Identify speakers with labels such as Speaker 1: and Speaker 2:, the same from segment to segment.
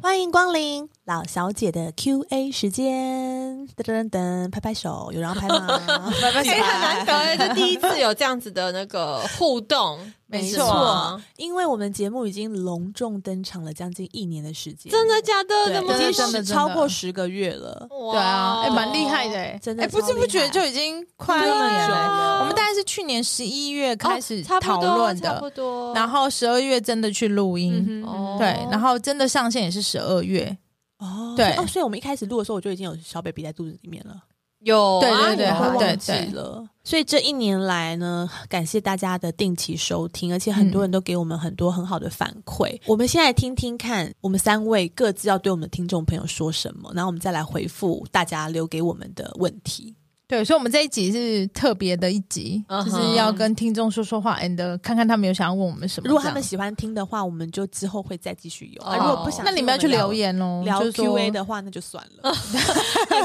Speaker 1: 欢迎光临老小姐的 Q&A 时间，噔噔噔，拍拍手，有人要拍吗？
Speaker 2: 拜拜
Speaker 3: 哎、很难得哎，这第一次有这样子的那个互动，
Speaker 2: 没
Speaker 3: 是
Speaker 2: 错
Speaker 3: 吗，
Speaker 1: 因为我们节目已经隆重登场了将近一年的时间，
Speaker 3: 真的假的？怎么
Speaker 1: 已
Speaker 2: 真
Speaker 1: 经
Speaker 2: 的
Speaker 3: 是
Speaker 2: 真
Speaker 1: 是
Speaker 2: 的
Speaker 1: 超过十个月了，
Speaker 3: 哇
Speaker 2: 对啊，哎，蛮厉害的
Speaker 3: 哦
Speaker 2: 哎，
Speaker 1: 真的
Speaker 2: 哎，不知不觉就已经快一年
Speaker 3: 对
Speaker 2: 了
Speaker 3: 啊。
Speaker 2: 我们大概是去年十一月开始
Speaker 3: 哦差不
Speaker 2: 讨
Speaker 3: 多
Speaker 2: 论
Speaker 3: 差
Speaker 2: 的
Speaker 3: 不，多。
Speaker 2: 然后十二月真的去录音，
Speaker 3: 嗯哦
Speaker 2: 对，然后真的上线也是十二月，
Speaker 1: 哦，
Speaker 2: 对
Speaker 1: 哦，所以我们一开始录的时候，我就已经有小 baby 在肚子里面了，
Speaker 3: 有
Speaker 2: 对
Speaker 3: 啊
Speaker 2: 对对
Speaker 3: 有啊
Speaker 1: 我
Speaker 2: 对
Speaker 1: 忘记了。所以这一年来呢，感谢大家的定期收听，而且很多人都给我们很多很好的反馈。我们现在听听看，我们三位各自要对我们的听众朋友说什么，然后我们再来回复大家留给我们的问题。
Speaker 2: 对，所以我们这一集是特别的一集，
Speaker 3: 嗯
Speaker 2: 就
Speaker 3: 哼
Speaker 2: 是要跟听众说说话，and 呃看看他们有想要问我们什么。
Speaker 1: 如果他们
Speaker 2: 这样
Speaker 1: 喜欢听的话，我们就之后会再继续有。
Speaker 3: 哦
Speaker 1: 啊如果不想听，
Speaker 2: 那你们要去
Speaker 1: 我
Speaker 2: 留言哦，
Speaker 1: 聊
Speaker 2: 就是说
Speaker 1: Q&A 的话，那就算 了。
Speaker 3: 很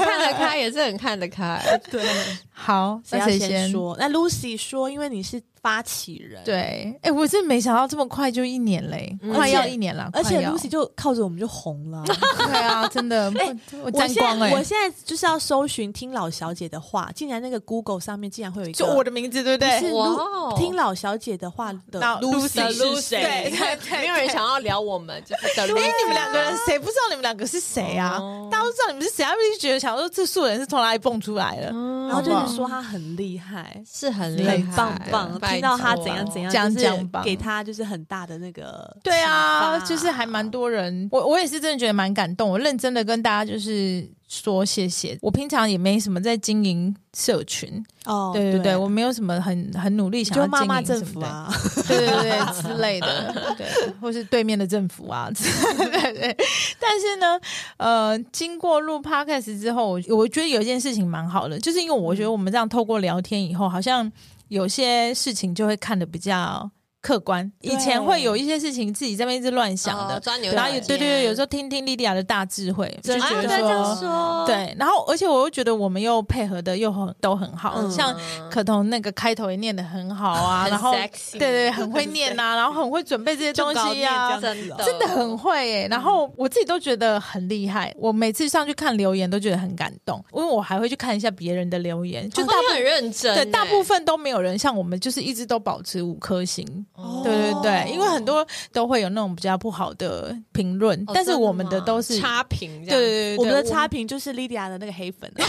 Speaker 3: 看得开，也是很看得 开。
Speaker 1: 哦对，
Speaker 2: 好，
Speaker 1: 谁
Speaker 2: 那
Speaker 1: 要
Speaker 2: 谁
Speaker 1: 先？说？那 Lucy 说，因为你是发起人，。
Speaker 2: 对，哎，我真没想到这么快就一年嘞，
Speaker 3: 嗯
Speaker 2: 快
Speaker 3: 而且
Speaker 2: 要一年了，
Speaker 1: 而且
Speaker 2: 快要
Speaker 1: Lucy 就靠着我们就红了，
Speaker 2: 对啊，真的，
Speaker 1: 哎
Speaker 2: 我我
Speaker 1: 我
Speaker 2: 沾
Speaker 1: 现
Speaker 2: 光
Speaker 1: 在我
Speaker 2: 哎，
Speaker 1: 现在就是要搜寻听老小姐的话，竟然那个 Google 上面竟然会有一个，
Speaker 2: 的名字对不
Speaker 1: 是
Speaker 3: 哇
Speaker 1: 哇
Speaker 3: 哦，
Speaker 1: 听老小姐的话的
Speaker 2: 那 Lucy 是
Speaker 3: Lucy，
Speaker 2: 谁对对对
Speaker 3: 没有人想要聊我哎们，就是 的。
Speaker 2: 因为你们两个
Speaker 1: 啊
Speaker 2: 人谁不知道你们两个是谁啊？
Speaker 3: 哦
Speaker 2: 大家都知道你们是谁，他们就觉得想说这素人是从哪里蹦出来的？
Speaker 3: 嗯，
Speaker 1: 然后
Speaker 3: 好
Speaker 1: 就
Speaker 3: 不
Speaker 2: 好
Speaker 3: 好
Speaker 1: 一直说她很厉害。
Speaker 3: 是很厉害
Speaker 1: 很棒棒，
Speaker 3: 拜
Speaker 1: 听到她
Speaker 3: 托
Speaker 1: 怎样怎样，
Speaker 2: 讲
Speaker 1: 就是
Speaker 2: 讲吧
Speaker 1: 给她就是很大的那个
Speaker 2: 对啊，
Speaker 1: 启发
Speaker 2: 就是还蛮多人，我我也是真的觉得蛮感动。我认真的跟大家就是说谢谢。我平常也没什么在经营社群，
Speaker 1: 哦，
Speaker 2: 对对对，我没有什么很很努力想要
Speaker 1: 就
Speaker 2: 经
Speaker 1: 骂
Speaker 2: 营
Speaker 1: 骂政
Speaker 2: 什
Speaker 1: 府
Speaker 2: 么的，
Speaker 1: 啊，
Speaker 2: 对对对之类的，对，或是对面的政府啊， 之对对。但是呢，呃，经过录 podcast 之后，我我觉得有一件事情蛮好的，就是因为我觉得
Speaker 3: 嗯
Speaker 2: 我们这样透过聊天以后，好像有些事情就会看得比较客观。以前
Speaker 1: 对
Speaker 2: 会有一些事情自己在那边一直乱想的，
Speaker 3: 钻哦牛角尖，
Speaker 2: 然后有对对对，有时候听听莉莉亚的大智慧，就
Speaker 1: 真的
Speaker 2: 觉
Speaker 3: 啊
Speaker 2: 得
Speaker 3: 对这样
Speaker 2: 说。
Speaker 3: 说，
Speaker 2: 对，然后而且我又觉得我们又配合的又很都很好，
Speaker 1: 嗯
Speaker 2: 像可彤那个开头也念的很好啊，
Speaker 3: 很
Speaker 2: 然后
Speaker 3: sexy
Speaker 2: 对对，很会念呐、然后很会准备这些东 西呀、
Speaker 1: 就搞念啊
Speaker 2: 真
Speaker 3: 真
Speaker 1: 这样
Speaker 3: 的
Speaker 1: 子哦
Speaker 2: 真的很会耶、然后我自己都觉得很厉害，我每次上去看留言都觉得很感动，因为我还会去看一下别人的留言，就
Speaker 3: 就
Speaker 2: 大
Speaker 3: 大
Speaker 2: 部、
Speaker 3: 很认哦真，哎
Speaker 2: 对大部分都没有人像我们，就是一直都保持五颗星。
Speaker 3: 哦
Speaker 2: 对对对，因为很多都会有那种比较不好的评论，
Speaker 3: 哦
Speaker 2: 但是
Speaker 3: 真
Speaker 2: 我们的
Speaker 3: 吗
Speaker 2: 都是
Speaker 3: 差评
Speaker 2: 对
Speaker 3: 这样，
Speaker 2: 对对对，
Speaker 1: 我们的差评就是 Lydia 的那个黑粉啊，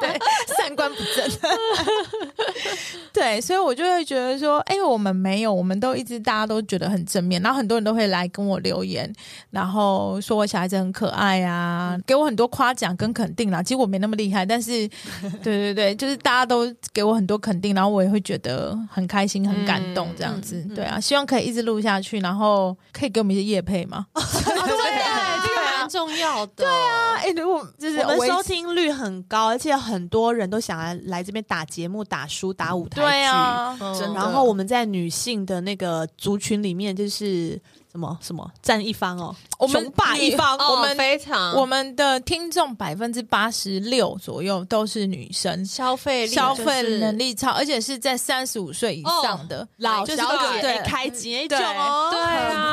Speaker 2: 对，三观不正。 对，所以我就会觉得说，哎、我们没有，我们都一直大家都觉得很正面，然后很多人都会来跟我留言，然后说我小孩子很可爱啊，给我很多夸奖跟肯定啦。其实我没那么厉害，但 是对对对，就是大家都给我很多肯定，然后我也会觉得很开心、很感动这样子。对啊，希望可以一直录下去，然后可以给我们一些业配嘛。
Speaker 3: 哦对，这个蛮重要的，对啊，
Speaker 2: 哎、如果就是
Speaker 1: 我们
Speaker 2: 维
Speaker 1: 收听率很高，而且很多人都想要来这边打节目、打书、打舞台剧。
Speaker 2: 对啊，
Speaker 3: 嗯
Speaker 2: 真的
Speaker 1: 然后我们在女性的那个族群里面，就是什么什么占一方哦，
Speaker 2: 我们
Speaker 1: 雄霸一方。
Speaker 3: 哦
Speaker 2: 我们
Speaker 3: 非常
Speaker 2: 我们的听众百分之八十六左右都是女生，
Speaker 3: 消费力
Speaker 2: 消费能
Speaker 3: 力
Speaker 2: 力超，而且是在三十五岁以上的。
Speaker 3: 老
Speaker 2: 就是
Speaker 3: 小
Speaker 2: 各
Speaker 3: 姐
Speaker 2: 对
Speaker 1: 开机
Speaker 2: 嗯对
Speaker 1: 那种哦，
Speaker 3: 对啊，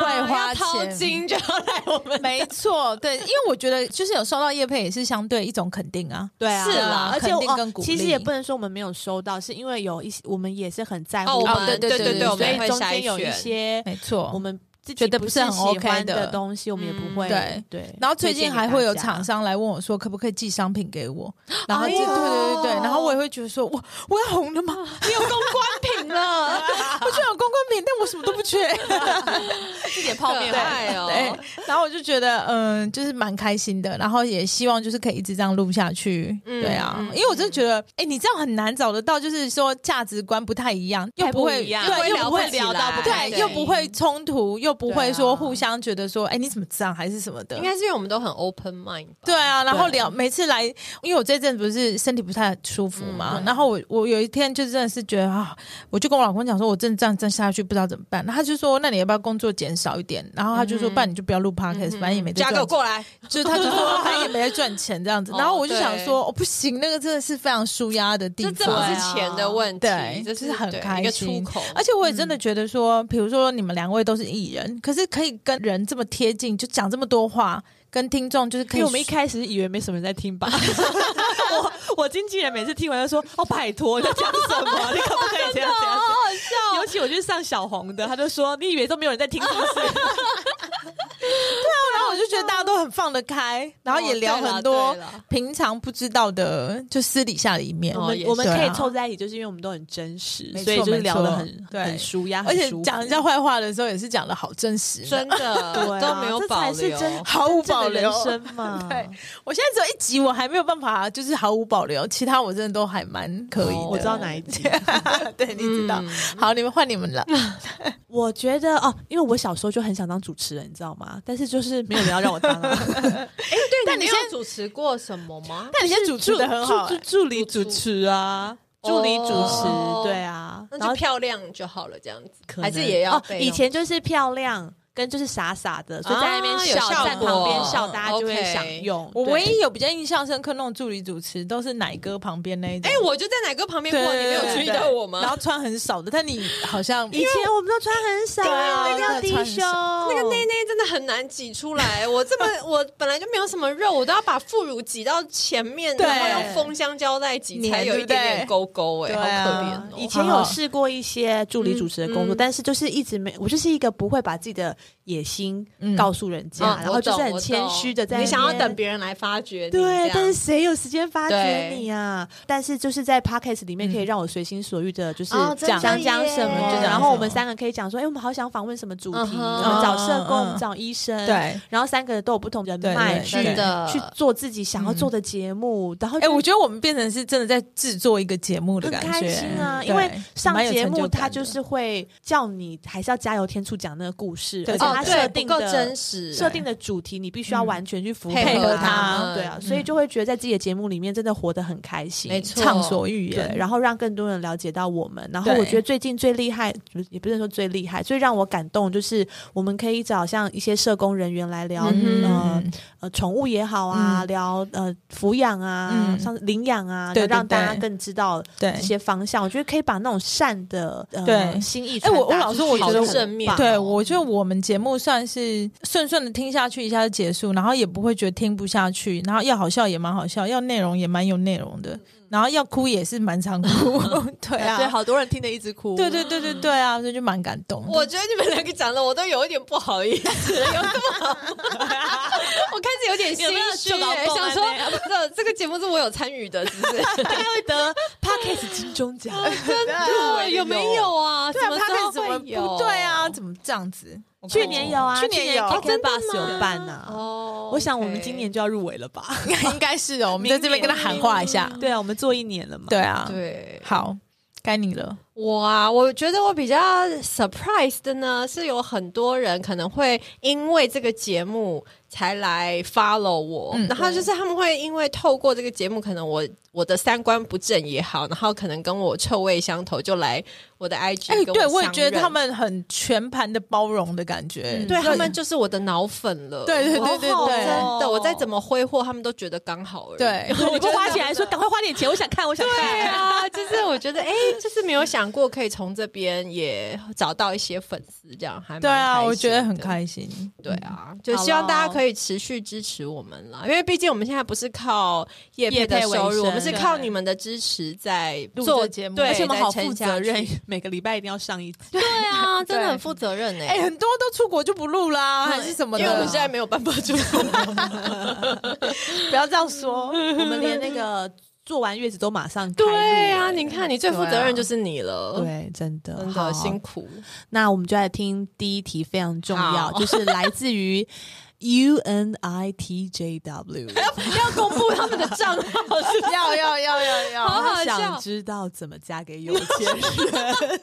Speaker 2: 很会花
Speaker 3: 要掏
Speaker 2: 钱
Speaker 3: 金就要来我们
Speaker 2: 没错，对，因为我觉得就是有收到叶配也是相对一种肯定啊，
Speaker 1: 对啊，
Speaker 3: 是啦
Speaker 1: 而且
Speaker 2: 肯定跟
Speaker 1: 哦
Speaker 2: 鼓，励
Speaker 1: 其实也不能说我们没有收到，是因为有一些我们也是很在乎
Speaker 3: 哦，我
Speaker 1: 的，
Speaker 2: 哦对
Speaker 3: 们
Speaker 2: 对
Speaker 3: 对
Speaker 2: 对对
Speaker 3: 对，
Speaker 1: 所
Speaker 3: 我们也
Speaker 1: 以
Speaker 3: 会
Speaker 1: 中
Speaker 3: 筛
Speaker 1: 间有一
Speaker 3: 选。
Speaker 1: 些
Speaker 2: 没错。
Speaker 1: 我们自己
Speaker 2: 觉得
Speaker 1: 不
Speaker 2: 不是很
Speaker 1: 喜
Speaker 2: OK
Speaker 1: 欢的
Speaker 2: 的嗯
Speaker 1: 东西，我们也不会
Speaker 2: 对
Speaker 1: 对。
Speaker 2: 然后最近还会有厂
Speaker 1: 场
Speaker 2: 商来问我说，可不可以寄商品给我？然后
Speaker 3: 哎
Speaker 2: 就、
Speaker 3: 呦
Speaker 2: 对对对对，然后我也会觉得说，我我要红了吗？
Speaker 3: 你有公关品了，
Speaker 2: 我居然有公关品，但我什么都不缺。
Speaker 3: 自己泡面爱哦
Speaker 2: 对，，然后我就觉得，嗯，就是蛮开心的，然后也希望就是可以一直这样录下去，
Speaker 3: 嗯
Speaker 2: 对啊，
Speaker 3: 嗯
Speaker 2: 因为我真的觉得，哎、你这样很难找得到，就是说价值观不太一样，又
Speaker 1: 太不
Speaker 2: 会
Speaker 1: 一样
Speaker 2: 对
Speaker 3: 又
Speaker 2: 又
Speaker 3: 不
Speaker 2: 不会
Speaker 3: 会聊不起来
Speaker 2: 对，
Speaker 3: 对
Speaker 2: 又不会冲突，又不会
Speaker 1: 对
Speaker 2: 说
Speaker 1: 啊
Speaker 2: 互相觉得说，哎、你怎么这样还是什么的
Speaker 3: 应。该是因为我们都很 open mind 吧。
Speaker 2: 对啊，然后
Speaker 1: 对
Speaker 2: 聊每次来，因为我这阵不是身体不太舒服嘛，然后我我有一天就真的是觉得啊，我就跟我老公讲说，我真的这样这样下去，不知道怎么办。那他就说，那你要不要工作减少一点？然后他就说，不然你就不要录 podcast，、反正也没在
Speaker 3: 嫁给
Speaker 2: 赚钱。
Speaker 3: 我过来，
Speaker 2: 就是他就说，反正也没在赚钱这样子。
Speaker 3: 哦
Speaker 2: 然后我就想
Speaker 3: 对
Speaker 2: 说，哦，不行，那个真的是非常舒压的地
Speaker 3: 这
Speaker 2: 方。
Speaker 3: 真不是钱的问题，
Speaker 2: 对
Speaker 3: 这
Speaker 2: 就是很
Speaker 3: 对
Speaker 2: 开
Speaker 3: 一个
Speaker 2: 心
Speaker 3: 出口，
Speaker 2: 而且我也真的觉得说，比如说你们两位都是艺人，可是可以跟人这么贴近，就讲这么多话，跟听众就是可
Speaker 1: 因
Speaker 2: 以
Speaker 1: 为哎
Speaker 2: 说。
Speaker 1: 我们一开始以为没什么人在听吧， 我我经纪人每次听完就说：“哦，拜托，你在讲什 么？你可不可以 这样这样？”
Speaker 3: 啊好笑
Speaker 1: 尤其我去上小红的，他就说：“你以为都没有人在听，是不是？”
Speaker 2: 然后我就觉得大家都很放得开，然后也聊很
Speaker 3: 哦
Speaker 2: 多
Speaker 3: 对啦对啦
Speaker 2: 平常不知道的，就私底下的一面。
Speaker 3: 哦
Speaker 1: 我
Speaker 3: 也
Speaker 1: 们 我
Speaker 3: 是
Speaker 1: 们可以
Speaker 2: 啊
Speaker 1: 凑在一起，就是因为我们都很真实，
Speaker 2: 没错
Speaker 1: 所以就是聊得
Speaker 2: 没
Speaker 1: 很
Speaker 2: 错对
Speaker 1: 很舒压，
Speaker 2: 而且
Speaker 1: 很舒服
Speaker 2: 讲人家坏话的时候，也是讲的好真实，
Speaker 3: 真的
Speaker 1: 对啊
Speaker 3: 都没有
Speaker 1: 这
Speaker 3: 保
Speaker 1: 才是
Speaker 3: 留，
Speaker 1: 真
Speaker 2: 毫无
Speaker 1: 真正
Speaker 2: 保
Speaker 1: 的
Speaker 2: 留
Speaker 1: 人。生 嘛。
Speaker 2: 对，我现在只有一集，我还没有办法，就是毫无保留，其他我真的都还蛮可以的。
Speaker 3: 哦
Speaker 1: 我知道哪一集。
Speaker 2: 对，你知道。
Speaker 3: 嗯
Speaker 2: 好，你们换你们了。
Speaker 1: 我觉得哦，因为我小时候就很想当主持人，你知道吗？但是就是没有人要让我当、啊。
Speaker 3: 对，
Speaker 2: 但你
Speaker 3: 你没
Speaker 2: 先
Speaker 3: 有主持过什么吗？
Speaker 2: 但你现在主持的很好、
Speaker 1: 助助
Speaker 2: 欸，
Speaker 1: 助理主持啊，助理主持，
Speaker 3: 哦
Speaker 1: 对啊，
Speaker 3: 那
Speaker 1: 然后
Speaker 3: 就漂亮就好了，这样子，
Speaker 1: 可能
Speaker 3: 还是也要
Speaker 1: 哦
Speaker 3: 被那，种
Speaker 1: 以前就是漂亮。跟就是傻傻的，所以在那边
Speaker 3: 啊有
Speaker 1: 笑，
Speaker 3: 效
Speaker 1: 在旁边
Speaker 3: 果
Speaker 1: 笑，大家就会
Speaker 3: OK
Speaker 1: 享用。
Speaker 2: 我
Speaker 1: 对
Speaker 2: 唯一有比较印象深刻那种助理主持，都是奶哥旁边那一种。
Speaker 3: 哎，我就在奶哥旁边
Speaker 2: 对
Speaker 3: 过，你没有
Speaker 2: 对
Speaker 3: 注意
Speaker 2: 对
Speaker 3: 到我吗？
Speaker 2: 然后穿很少的，但你好像
Speaker 1: 以前我们都穿很少，
Speaker 2: 啊
Speaker 1: 要低
Speaker 2: 真的
Speaker 1: 胸，
Speaker 3: 那
Speaker 1: 那
Speaker 3: 个内内真的很难挤出来，我这么我本来就没有什么肉，我都要把副乳挤到前面，
Speaker 2: 对
Speaker 3: 然后用封箱胶带挤，
Speaker 2: 黏
Speaker 3: 才有一点点勾勾哎、
Speaker 2: 对不对
Speaker 3: 好可
Speaker 2: 对
Speaker 3: 怜
Speaker 2: 啊
Speaker 3: 哦。
Speaker 1: 以前有试过一些助理主持的工作，
Speaker 3: 嗯嗯
Speaker 1: 但是就是一直没，我就是一个不会把自己的野心
Speaker 2: 嗯
Speaker 1: 告诉人家，
Speaker 3: 嗯
Speaker 1: 啊然后
Speaker 3: 我
Speaker 1: 就
Speaker 3: 懂
Speaker 1: 是很谦虚的在
Speaker 3: 我懂
Speaker 1: 那
Speaker 3: 你想要
Speaker 1: 边
Speaker 3: 等别人来发掘你，这
Speaker 1: 对，
Speaker 3: 样
Speaker 1: 但是谁有时间发掘你啊？但是就是在 podcast 里面可以让我随心所欲的，就是
Speaker 3: 哦真
Speaker 1: 讲
Speaker 3: 的
Speaker 1: 想讲
Speaker 3: 耶
Speaker 1: 什么就
Speaker 2: 嗯就
Speaker 1: 讲。
Speaker 2: 讲
Speaker 1: 然后我
Speaker 2: 什么
Speaker 1: 们三个可以讲说，哎，我们好想访问什么主题，我
Speaker 3: 嗯哼
Speaker 1: 们找社工，
Speaker 2: 嗯嗯
Speaker 1: 我们找医生，。
Speaker 2: 对。
Speaker 1: 然后三个人都有不同人脉，
Speaker 2: 对对
Speaker 1: 去
Speaker 2: 真
Speaker 3: 的
Speaker 1: 去做自己想要做的节目，然后
Speaker 2: 哎、
Speaker 1: 就
Speaker 2: 我觉得我们变成是真的在制作一个节目的
Speaker 1: 很
Speaker 2: 感觉，
Speaker 1: 开心啊，
Speaker 2: 对
Speaker 1: 因为上
Speaker 2: 蛮有
Speaker 1: 节
Speaker 2: 成
Speaker 1: 目
Speaker 2: 感
Speaker 1: 他
Speaker 2: 的
Speaker 1: 就是会叫你还是要加油添醋讲那个故事，
Speaker 2: 对
Speaker 1: 而且
Speaker 2: 对
Speaker 3: 哦
Speaker 1: 他
Speaker 2: 对
Speaker 1: 设
Speaker 3: 对
Speaker 1: 定
Speaker 3: 不够
Speaker 1: 的
Speaker 3: 真实，
Speaker 1: 设定的主题，你必须要完全去符
Speaker 3: 配
Speaker 2: 合
Speaker 1: 它
Speaker 3: 它
Speaker 1: 对啊，
Speaker 3: 嗯
Speaker 1: 所以就会觉得在自己的节目里面真的活得很开心，
Speaker 3: 没错
Speaker 2: 畅所欲
Speaker 1: 对，
Speaker 2: 言。
Speaker 1: 然后让更多人了解到我们。然后
Speaker 2: 对
Speaker 1: 我觉得最近最厉害，不是也不是说最厉害，最让我感动就是我们可以找像一些社工人员来聊，
Speaker 3: 嗯哼
Speaker 1: 呃
Speaker 2: 嗯，
Speaker 1: 呃，宠物也好啊，
Speaker 2: 嗯
Speaker 1: 聊呃抚养啊，
Speaker 2: 嗯
Speaker 1: 像领养啊，就
Speaker 2: 对
Speaker 1: 让
Speaker 2: 对对
Speaker 1: 大家更知道
Speaker 2: 对
Speaker 1: 这些方向。我觉得可以把那种善的呃
Speaker 2: 对
Speaker 1: 心意
Speaker 2: 哎
Speaker 1: 传达出去，
Speaker 2: 我我老实说我觉
Speaker 3: 得
Speaker 1: 很
Speaker 3: 正面
Speaker 1: 棒
Speaker 2: 对，我觉得我们节目算是顺顺的听下去，一下就结束，然后也不会觉得听不下去，然后要好笑也蛮好笑，要内容也蛮有内容的，然后要哭也是蛮常哭，对啊，
Speaker 1: 对，好多人听得一直哭，
Speaker 2: 对对对对对啊，所以就蛮感动的。
Speaker 3: 我觉得你们两个讲的我都有一点不好意思，有这么 好吗？我开始有点心
Speaker 1: 有没有
Speaker 3: 虚、
Speaker 1: 就搞
Speaker 3: 欸，
Speaker 1: 共
Speaker 3: 想
Speaker 1: 安
Speaker 3: 说
Speaker 1: 呢
Speaker 3: 这这个节目是我有参与的，是不是？
Speaker 1: 大概会得 Podcast 金钟奖。
Speaker 3: 真的有没有啊？
Speaker 2: 对
Speaker 3: 什么
Speaker 2: 啊，
Speaker 3: 时候
Speaker 2: 他怎么
Speaker 3: 会有？
Speaker 2: 不对啊？怎么这样子？我看
Speaker 1: 哦去年有啊，
Speaker 2: 去年有
Speaker 1: k k
Speaker 3: 真的
Speaker 1: b o
Speaker 3: 吗
Speaker 1: s 有办呐。
Speaker 3: 哦
Speaker 1: 我想我们今年就要入围了吧？
Speaker 2: 应该是哦，我们在这边跟他喊话一下。
Speaker 1: 对啊，我们做一年了嘛。
Speaker 2: 对啊，
Speaker 3: 对
Speaker 2: 好，该你了。
Speaker 3: 我啊，我觉得我比较 surprise 的呢，是有很多人可能会因为这个节目才来 follow 我，
Speaker 2: 嗯
Speaker 3: 然后就是他们会因为透过这个节目，可能我我的三观不正也好，然后可能跟我臭味相投，就来我的 IG 跟
Speaker 2: 哎对，
Speaker 3: 我
Speaker 2: 我也
Speaker 3: 相
Speaker 2: 觉得
Speaker 3: 认
Speaker 2: 他。们很全盘的包容的感觉。
Speaker 1: 嗯
Speaker 3: 对他们就是我的脑粉了，
Speaker 2: 对对
Speaker 3: 我
Speaker 2: 对对
Speaker 3: 好
Speaker 2: 对
Speaker 3: 真的，我再怎么挥霍，他们都觉得刚好而已。
Speaker 2: 对，
Speaker 1: 你不花钱 还说赶快花点钱，我想看，我想
Speaker 3: 对
Speaker 1: 看。
Speaker 3: 啊，就是我觉得，哎、就是没有想过可以从这边也找到一些粉丝，这样还蛮
Speaker 2: 对啊，
Speaker 3: 开心
Speaker 2: 我觉得很
Speaker 3: 的。
Speaker 2: 开心。
Speaker 3: 对啊，就
Speaker 1: 好
Speaker 3: 希望
Speaker 1: 咯
Speaker 3: 大家可以持续支持我们啦，因为毕竟我们现在不是靠业配的
Speaker 1: 业配为
Speaker 3: 收入，
Speaker 1: 生
Speaker 3: 我们是
Speaker 1: 对
Speaker 3: 靠你们的支持在
Speaker 2: 录
Speaker 3: 做
Speaker 2: 这节目
Speaker 3: 对，
Speaker 1: 而且我们
Speaker 3: 在
Speaker 1: 好
Speaker 3: 撑
Speaker 1: 负
Speaker 3: 下
Speaker 1: 责任
Speaker 3: 去。，
Speaker 1: 每个礼拜一定要上一集。
Speaker 3: 对啊，真的很
Speaker 2: 对
Speaker 3: 负责任哎、
Speaker 2: 哎，很多都出国就不录啦，还是什么
Speaker 3: 因为我们
Speaker 2: 的
Speaker 3: 现。在没有办法出国，
Speaker 2: 不要这样说，
Speaker 1: 我们连那个做完月子都马上开录
Speaker 3: 对啊，
Speaker 1: 哎
Speaker 3: 你看你最负责任就是你了，
Speaker 1: 对，真的
Speaker 3: 真
Speaker 1: 好
Speaker 3: 的辛苦。
Speaker 1: 那我们就来听第一题，非常重要，
Speaker 3: 好
Speaker 1: 就是来自于 U N I T J W。
Speaker 3: 要公布他们的账号是不 是
Speaker 2: 要要要要
Speaker 3: 好
Speaker 2: 要，
Speaker 1: 他
Speaker 3: 好笑
Speaker 1: 想知道怎么嫁给有钱人，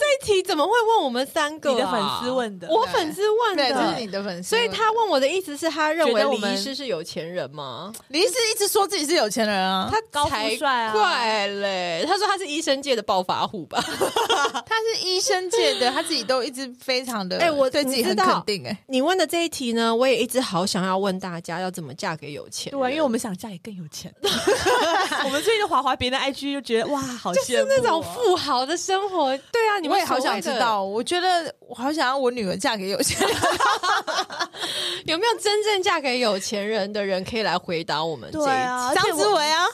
Speaker 3: 这题怎么会问我们三个、啊？
Speaker 1: 你的粉丝问的
Speaker 3: 我粉丝问
Speaker 2: 对，这是
Speaker 3: 的。
Speaker 2: 你的粉丝，
Speaker 3: 所以他问我的意思是他认为
Speaker 1: 觉得我
Speaker 3: 李
Speaker 1: 们
Speaker 3: 医师是有钱人吗？
Speaker 2: 你一直一直说自己是有钱人啊，
Speaker 3: 他
Speaker 1: 高富
Speaker 3: 才
Speaker 1: 帅啊
Speaker 3: 怪嘞！他说他是医生界的暴发户吧？
Speaker 2: 他他是医生界的，他自己都一直非常的，
Speaker 3: 哎我
Speaker 2: 对自己
Speaker 3: 你知
Speaker 2: 很
Speaker 3: 道
Speaker 2: 肯定，哎，
Speaker 3: 你问的这一题呢，我也一直好想要问大家要怎么嫁给有钱人
Speaker 1: 对啊，因为我们想嫁给更有钱。 我们最近滑滑别人的 IG 就觉得哇，好
Speaker 3: 就
Speaker 1: 羡慕哦
Speaker 3: 是那种富豪的生活。对啊，你
Speaker 2: 我
Speaker 3: 们
Speaker 2: 也好想知道，我觉得我好想要我女儿嫁给有钱人，
Speaker 3: 有没有真正嫁给有钱人的人可以来回答我们这一
Speaker 1: 对
Speaker 3: 集。
Speaker 1: 啊，
Speaker 2: 张之
Speaker 1: 伟。
Speaker 2: 伟啊。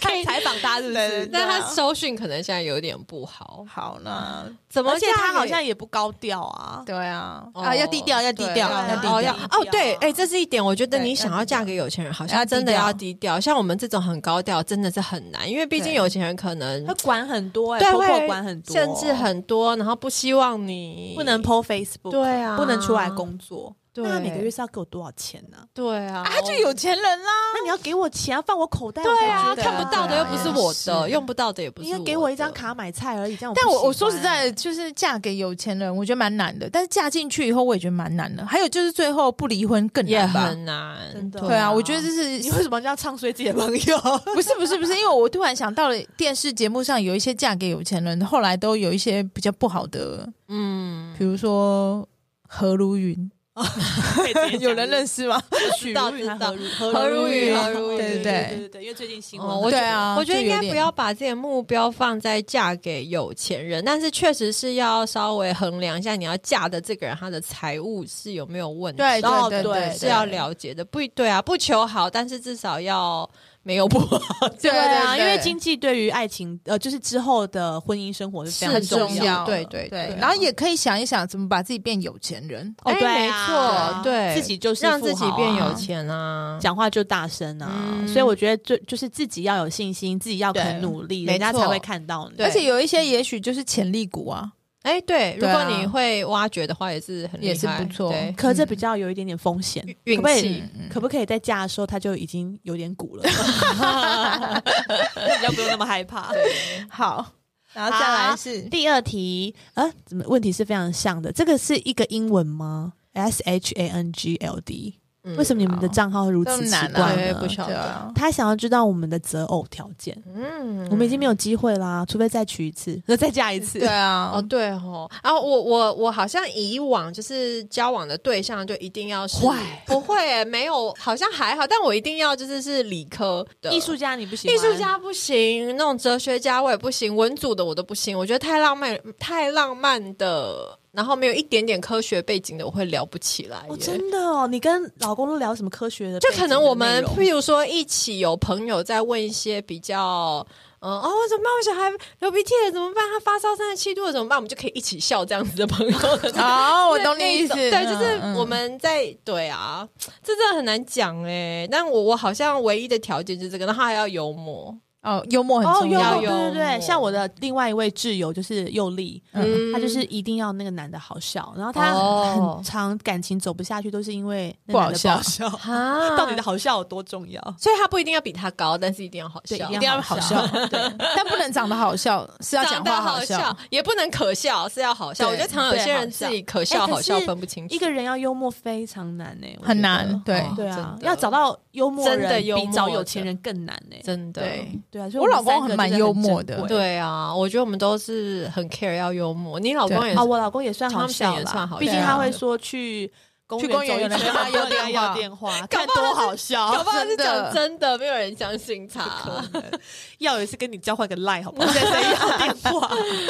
Speaker 1: 看采访他是不啊
Speaker 2: 对对
Speaker 1: 是？
Speaker 2: 对啊
Speaker 3: 但他搜讯可能现在有点不好，
Speaker 2: 好呢，
Speaker 3: 怎么
Speaker 1: 而且
Speaker 3: 嫁给？
Speaker 1: 他好像也不高调啊。
Speaker 2: 对啊，
Speaker 3: 哦
Speaker 2: 啊要低调，要低调，
Speaker 1: 对啊
Speaker 2: 要低
Speaker 3: 哦
Speaker 2: 调。
Speaker 3: 要
Speaker 1: 低调
Speaker 3: 哦对，哎，这是一点，我觉得
Speaker 2: 对
Speaker 3: 你想要嫁给有钱人，好像真的要低调。像我们这种很高调，真的是很难，因为毕竟
Speaker 2: 对
Speaker 3: 有钱人可能
Speaker 1: 他管很多哎、
Speaker 3: 嗯对
Speaker 1: 婆婆
Speaker 3: 会
Speaker 1: 管很多，
Speaker 3: 甚至很多，然后不希望你
Speaker 1: 不能 PO Facebook，
Speaker 3: 对啊
Speaker 1: 不能出来工作。
Speaker 3: 对
Speaker 1: 那他每个月是要给我多少钱呢、
Speaker 3: 对啊，
Speaker 2: 啊，他就有钱人啦，
Speaker 1: 那你要给我钱，要放我口袋，
Speaker 3: 对
Speaker 1: 我才
Speaker 3: 啊，
Speaker 2: 对
Speaker 1: 觉得
Speaker 3: 看不到的又不是我的，
Speaker 2: 是
Speaker 3: 用不到的也不是
Speaker 1: 你
Speaker 3: 我的。
Speaker 1: 要给我一张卡买菜而已，
Speaker 3: 哦
Speaker 1: 这样
Speaker 2: 但
Speaker 1: 不喜
Speaker 2: 我
Speaker 1: 欢
Speaker 2: 我说实
Speaker 3: 啊
Speaker 2: 在的，，就是嫁给有钱人，我觉得蛮难的。但是嫁进去以后，我也觉得蛮难的。还有就是最后不离婚更
Speaker 3: 也
Speaker 2: 难吧？
Speaker 3: 很难，
Speaker 1: 真的
Speaker 2: 对啊，我觉得这
Speaker 1: 你
Speaker 2: 是
Speaker 1: 为什么这样唱衰自己的朋友？
Speaker 2: 不是不是不是？因为我突然想到了电视节目上有一些嫁给有钱人，后来都有一些比较不好的，
Speaker 3: 嗯，
Speaker 2: 比如说何如 云，有人认识吗？
Speaker 1: 许
Speaker 3: 道
Speaker 1: 茹芸还
Speaker 3: 知道
Speaker 1: 何茹茹
Speaker 3: 何如
Speaker 1: 芸
Speaker 3: 云
Speaker 1: 啊
Speaker 3: 何如
Speaker 1: 对对
Speaker 3: 云
Speaker 2: 对
Speaker 1: 对
Speaker 2: 对
Speaker 1: 对对，因为最近新闻
Speaker 3: 哦
Speaker 1: 很
Speaker 3: 我
Speaker 1: 多
Speaker 3: 觉
Speaker 2: 对
Speaker 3: 得
Speaker 2: 啊，
Speaker 3: 我觉得
Speaker 2: 就
Speaker 3: 应
Speaker 2: 有
Speaker 3: 该
Speaker 2: 点
Speaker 3: 不要把自己的目标放在嫁给有钱人，但是确实是要稍微衡量一下你要嫁的这个人他的财务是有没有问题，
Speaker 2: 对
Speaker 1: 然后
Speaker 2: 对对
Speaker 1: 对
Speaker 2: 对，
Speaker 3: 是要了解的。不一对啊，不求好，但是至少要没有不好。
Speaker 2: 对
Speaker 1: 对啊，
Speaker 2: 对
Speaker 1: 因为
Speaker 2: 对
Speaker 1: 经济对于爱情，呃，就是之后的婚姻生活是非
Speaker 3: 很
Speaker 1: 常
Speaker 3: 重
Speaker 1: 要的。
Speaker 3: 要对对
Speaker 2: 对
Speaker 3: 对啊
Speaker 2: 然后也可以想一想怎么把自己变有钱人。
Speaker 1: 哦，
Speaker 3: 哎
Speaker 1: 对
Speaker 3: 没
Speaker 1: 啊
Speaker 3: 错对
Speaker 1: 自己就是
Speaker 3: 让自己
Speaker 1: 富豪啊
Speaker 3: 变有钱啊！
Speaker 1: 讲话就大声啊，
Speaker 3: 嗯
Speaker 1: 所以我觉得就就是自己要有信心，自己要肯
Speaker 2: 对
Speaker 1: 努力，
Speaker 3: 没
Speaker 1: 人家
Speaker 3: 错
Speaker 1: 才会看到你。
Speaker 3: 对
Speaker 2: 而且有一些也许就是潜力股啊，
Speaker 3: 哎，对，如
Speaker 2: 对
Speaker 3: 果
Speaker 2: 啊
Speaker 3: 你会挖掘的话，也是很厉害
Speaker 2: 也是不错
Speaker 3: 对
Speaker 1: 可这比较有一点点风险，
Speaker 3: 运
Speaker 1: 可不可以
Speaker 3: 气？
Speaker 2: 嗯
Speaker 1: 可不可以在嫁的时候他就已经有点 鼓了，比较不用那么害怕。
Speaker 2: 好，然后
Speaker 1: 好
Speaker 2: 再来是
Speaker 1: 第二题，啊，怎么问题是非常像的？这个是一个英文吗？S H A N G L D，
Speaker 3: 嗯
Speaker 1: 为什么你们的账号如
Speaker 2: 这
Speaker 1: 此
Speaker 2: 么
Speaker 1: 奇
Speaker 2: 难啊
Speaker 1: 怪
Speaker 3: 对
Speaker 1: 呢？
Speaker 3: 不晓
Speaker 2: 对
Speaker 3: 得。
Speaker 2: 啊，
Speaker 1: 他想要知道我们的择偶条件，
Speaker 3: 嗯
Speaker 1: 我们已经没有机会啦，除非再娶一次， 那再嫁一次。
Speaker 2: 对啊，
Speaker 3: 哦，对哦，然、后我我我好像以往就是交往的对象就一定要是
Speaker 1: 坏，
Speaker 3: 不会、没有，好像还好，但我一定要就是是理科的
Speaker 1: 艺术。家你不行，
Speaker 3: 艺术家不行，那种哲学家我也不行，文组的我都不行。我觉得太浪漫，太浪漫的，然后没有一点点科学背景的，我会聊不起来耶。
Speaker 1: 哦，真的哦，你跟老公都聊什么科学的背
Speaker 3: 就
Speaker 1: 景
Speaker 3: 可
Speaker 1: 的内容？
Speaker 3: 能我们，譬如说一起有朋友在问一些比较，嗯、哦，我怎么办？我小孩流鼻涕了怎么办？他发烧三十七度了怎么办？我们就可以一起笑这样子的朋友。
Speaker 2: 哦，我懂你意思，
Speaker 3: 对，就是
Speaker 2: 嗯
Speaker 3: 我。们在对啊，这真的很难讲哎、但我我好像唯一的条件就是这个，然后还要幽默，
Speaker 2: 嗯哦，幽默很
Speaker 1: 哦，
Speaker 2: 重
Speaker 1: 幽
Speaker 2: 要
Speaker 1: 默，对
Speaker 3: 要有
Speaker 1: 对
Speaker 3: 幽
Speaker 1: 对，
Speaker 3: 默
Speaker 1: 像我的另外一位挚友就是佑利，
Speaker 2: 嗯，
Speaker 1: 他就是一定要那个男的好笑，然后他
Speaker 3: 哦
Speaker 1: 很常感情走不下去，都是因为那
Speaker 2: 不好
Speaker 1: 男的
Speaker 2: 笑
Speaker 1: 不好笑。
Speaker 3: 啊
Speaker 1: 到底的好笑有多重要？
Speaker 3: 所以他不一定要比他高，但是一定要好
Speaker 1: 对，
Speaker 3: 笑，
Speaker 2: 一定要好笑
Speaker 1: 对，
Speaker 2: 但不能长得好笑，是要
Speaker 3: 长
Speaker 2: 讲
Speaker 3: 得
Speaker 2: 话
Speaker 3: 好
Speaker 2: 笑
Speaker 3: 笑。，也不能可笑，是要好笑。
Speaker 2: 对
Speaker 3: 我觉得常有
Speaker 1: 对
Speaker 3: 些
Speaker 1: 好
Speaker 3: 人自己可
Speaker 1: 哎
Speaker 3: 笑
Speaker 1: 可
Speaker 3: 好笑
Speaker 1: 是
Speaker 3: 分不清楚
Speaker 1: 一。个人要幽默非常难呢、我
Speaker 2: 很
Speaker 1: 觉得
Speaker 2: 难对
Speaker 1: 哦对啊
Speaker 3: 真，的
Speaker 1: 要找到幽默
Speaker 3: 真的
Speaker 1: 人
Speaker 3: 幽
Speaker 1: 比找
Speaker 3: 默
Speaker 1: 有
Speaker 3: 的
Speaker 1: 钱人更难欸呢、
Speaker 3: 真的，
Speaker 2: 对，
Speaker 1: 对啊，所以
Speaker 2: 我
Speaker 1: 们
Speaker 2: 老公
Speaker 1: 三个
Speaker 2: 很蛮
Speaker 1: 真的
Speaker 2: 幽默的
Speaker 1: 珍贵
Speaker 3: 对啊，我觉得我们都是很 care 要幽默。你老公
Speaker 2: 对
Speaker 3: 也
Speaker 1: 啊，
Speaker 3: 是，
Speaker 1: 我老公也算好
Speaker 3: Thompson
Speaker 1: 笑
Speaker 3: 也
Speaker 1: 啦
Speaker 3: 算，好
Speaker 1: 毕竟
Speaker 2: 笑
Speaker 1: 他会说去公
Speaker 2: 去公园
Speaker 1: 园
Speaker 2: 有
Speaker 1: 走一圈
Speaker 2: 人跟他
Speaker 1: 然后有
Speaker 2: 要
Speaker 1: 人
Speaker 2: 电
Speaker 1: 要
Speaker 2: 话
Speaker 1: 电话，
Speaker 3: 搞
Speaker 1: 看
Speaker 3: 不好
Speaker 1: 多
Speaker 3: 他是
Speaker 1: 好
Speaker 3: 搞
Speaker 1: 笑
Speaker 3: 不。好是
Speaker 2: 真的
Speaker 3: 讲真的，没有人相信他。
Speaker 1: 要有一次跟你交换个 line 好不 好？再再要电话，
Speaker 3: 嗯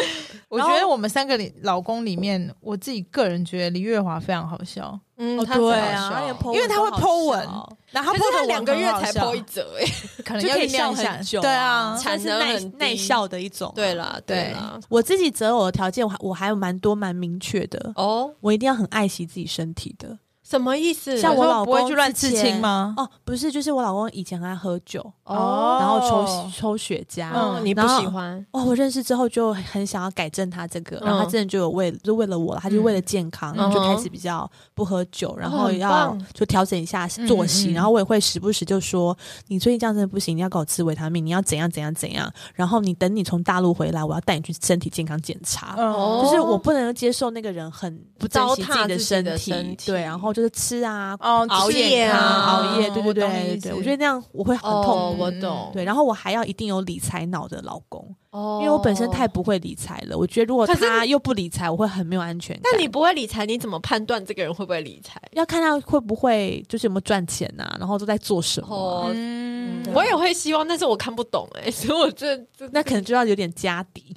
Speaker 2: 我觉得我们三个里老公里面，我自己个人觉得李月华非常好笑，
Speaker 3: 嗯
Speaker 1: 哦
Speaker 3: 他真的
Speaker 1: 对
Speaker 3: 好
Speaker 1: 啊，
Speaker 3: 笑
Speaker 1: 他连 po
Speaker 2: 因为他会
Speaker 1: 文都
Speaker 2: Po
Speaker 1: 好
Speaker 2: 文
Speaker 1: 笑，
Speaker 2: 然后
Speaker 3: 可
Speaker 2: 他
Speaker 3: 是他
Speaker 2: po 的
Speaker 3: 两
Speaker 2: 文
Speaker 3: 个
Speaker 2: 很
Speaker 3: 月
Speaker 2: 好
Speaker 3: 才
Speaker 2: 笑
Speaker 3: 播一则哎、
Speaker 2: 可能
Speaker 1: 就
Speaker 2: 要
Speaker 1: 可以
Speaker 2: 酝酿
Speaker 1: 笑
Speaker 2: 一下
Speaker 1: 很久，
Speaker 2: 对啊，
Speaker 1: 嗯算是
Speaker 3: 产能
Speaker 1: 耐
Speaker 3: 很低
Speaker 1: 耐笑的一种。啊
Speaker 3: 对，啦，对
Speaker 2: 对
Speaker 3: 啦，
Speaker 1: 我自己择偶的条件我还我还有蛮多蛮明确的，
Speaker 3: 哦，
Speaker 1: 我一定要很爱惜自己身体的。
Speaker 3: 什么意思？
Speaker 1: 像我
Speaker 2: 说
Speaker 1: 老
Speaker 2: 不会
Speaker 1: 公
Speaker 2: 去乱
Speaker 1: 之
Speaker 2: 刺
Speaker 1: 前
Speaker 2: 青吗
Speaker 1: 哦，不是，就是我老公以前爱喝酒，
Speaker 2: 哦
Speaker 1: 然后抽抽雪茄，
Speaker 3: 嗯，你不
Speaker 1: 然后
Speaker 3: 喜欢，
Speaker 1: 哇、我认识之后就很想要改正他这个，然后他
Speaker 3: 嗯
Speaker 1: 真的就有为就为了我了，他就为了健康，
Speaker 3: 嗯
Speaker 1: 就开
Speaker 3: 嗯
Speaker 1: 始比较不喝酒，然
Speaker 3: 哦
Speaker 1: 后
Speaker 3: 很
Speaker 1: 要
Speaker 3: 棒
Speaker 1: 就调整一下作息，
Speaker 2: 嗯嗯
Speaker 1: 然后我也会时不时就说你最近这样真的不行，你要给我吃维他命，你要怎样怎样怎样，然后你等你从大陆回来，我要带你去身体健康检
Speaker 2: 啊
Speaker 1: 查。
Speaker 3: 哦
Speaker 1: 就是我不能接受那个人很不珍惜自己的身
Speaker 3: 糟蹋自己的身体
Speaker 1: 对，然后就是吃啊、
Speaker 2: 哦
Speaker 3: 熬夜啊
Speaker 1: 熬夜，对对
Speaker 2: 我懂
Speaker 1: 对
Speaker 2: 意思
Speaker 1: 对，我觉得那样我会很痛苦。
Speaker 3: 哦，我
Speaker 2: 嗯
Speaker 3: 懂，
Speaker 1: 对，然后我还要一定有理财脑的老公，
Speaker 3: 哦
Speaker 1: 因为我本身太不会理财了，我觉得如果
Speaker 3: 可是
Speaker 1: 他又不理财，我会很没有安全感。
Speaker 3: 但你不会理财，你怎么判断这个人会不会理财？
Speaker 1: 要看他会不会就是有没有赚钱呐、然后都在做什么啊、
Speaker 3: 哦
Speaker 2: 嗯
Speaker 3: 我也会希望，但是我看不懂哎、 所以我这这
Speaker 1: 那可能就要有点家底，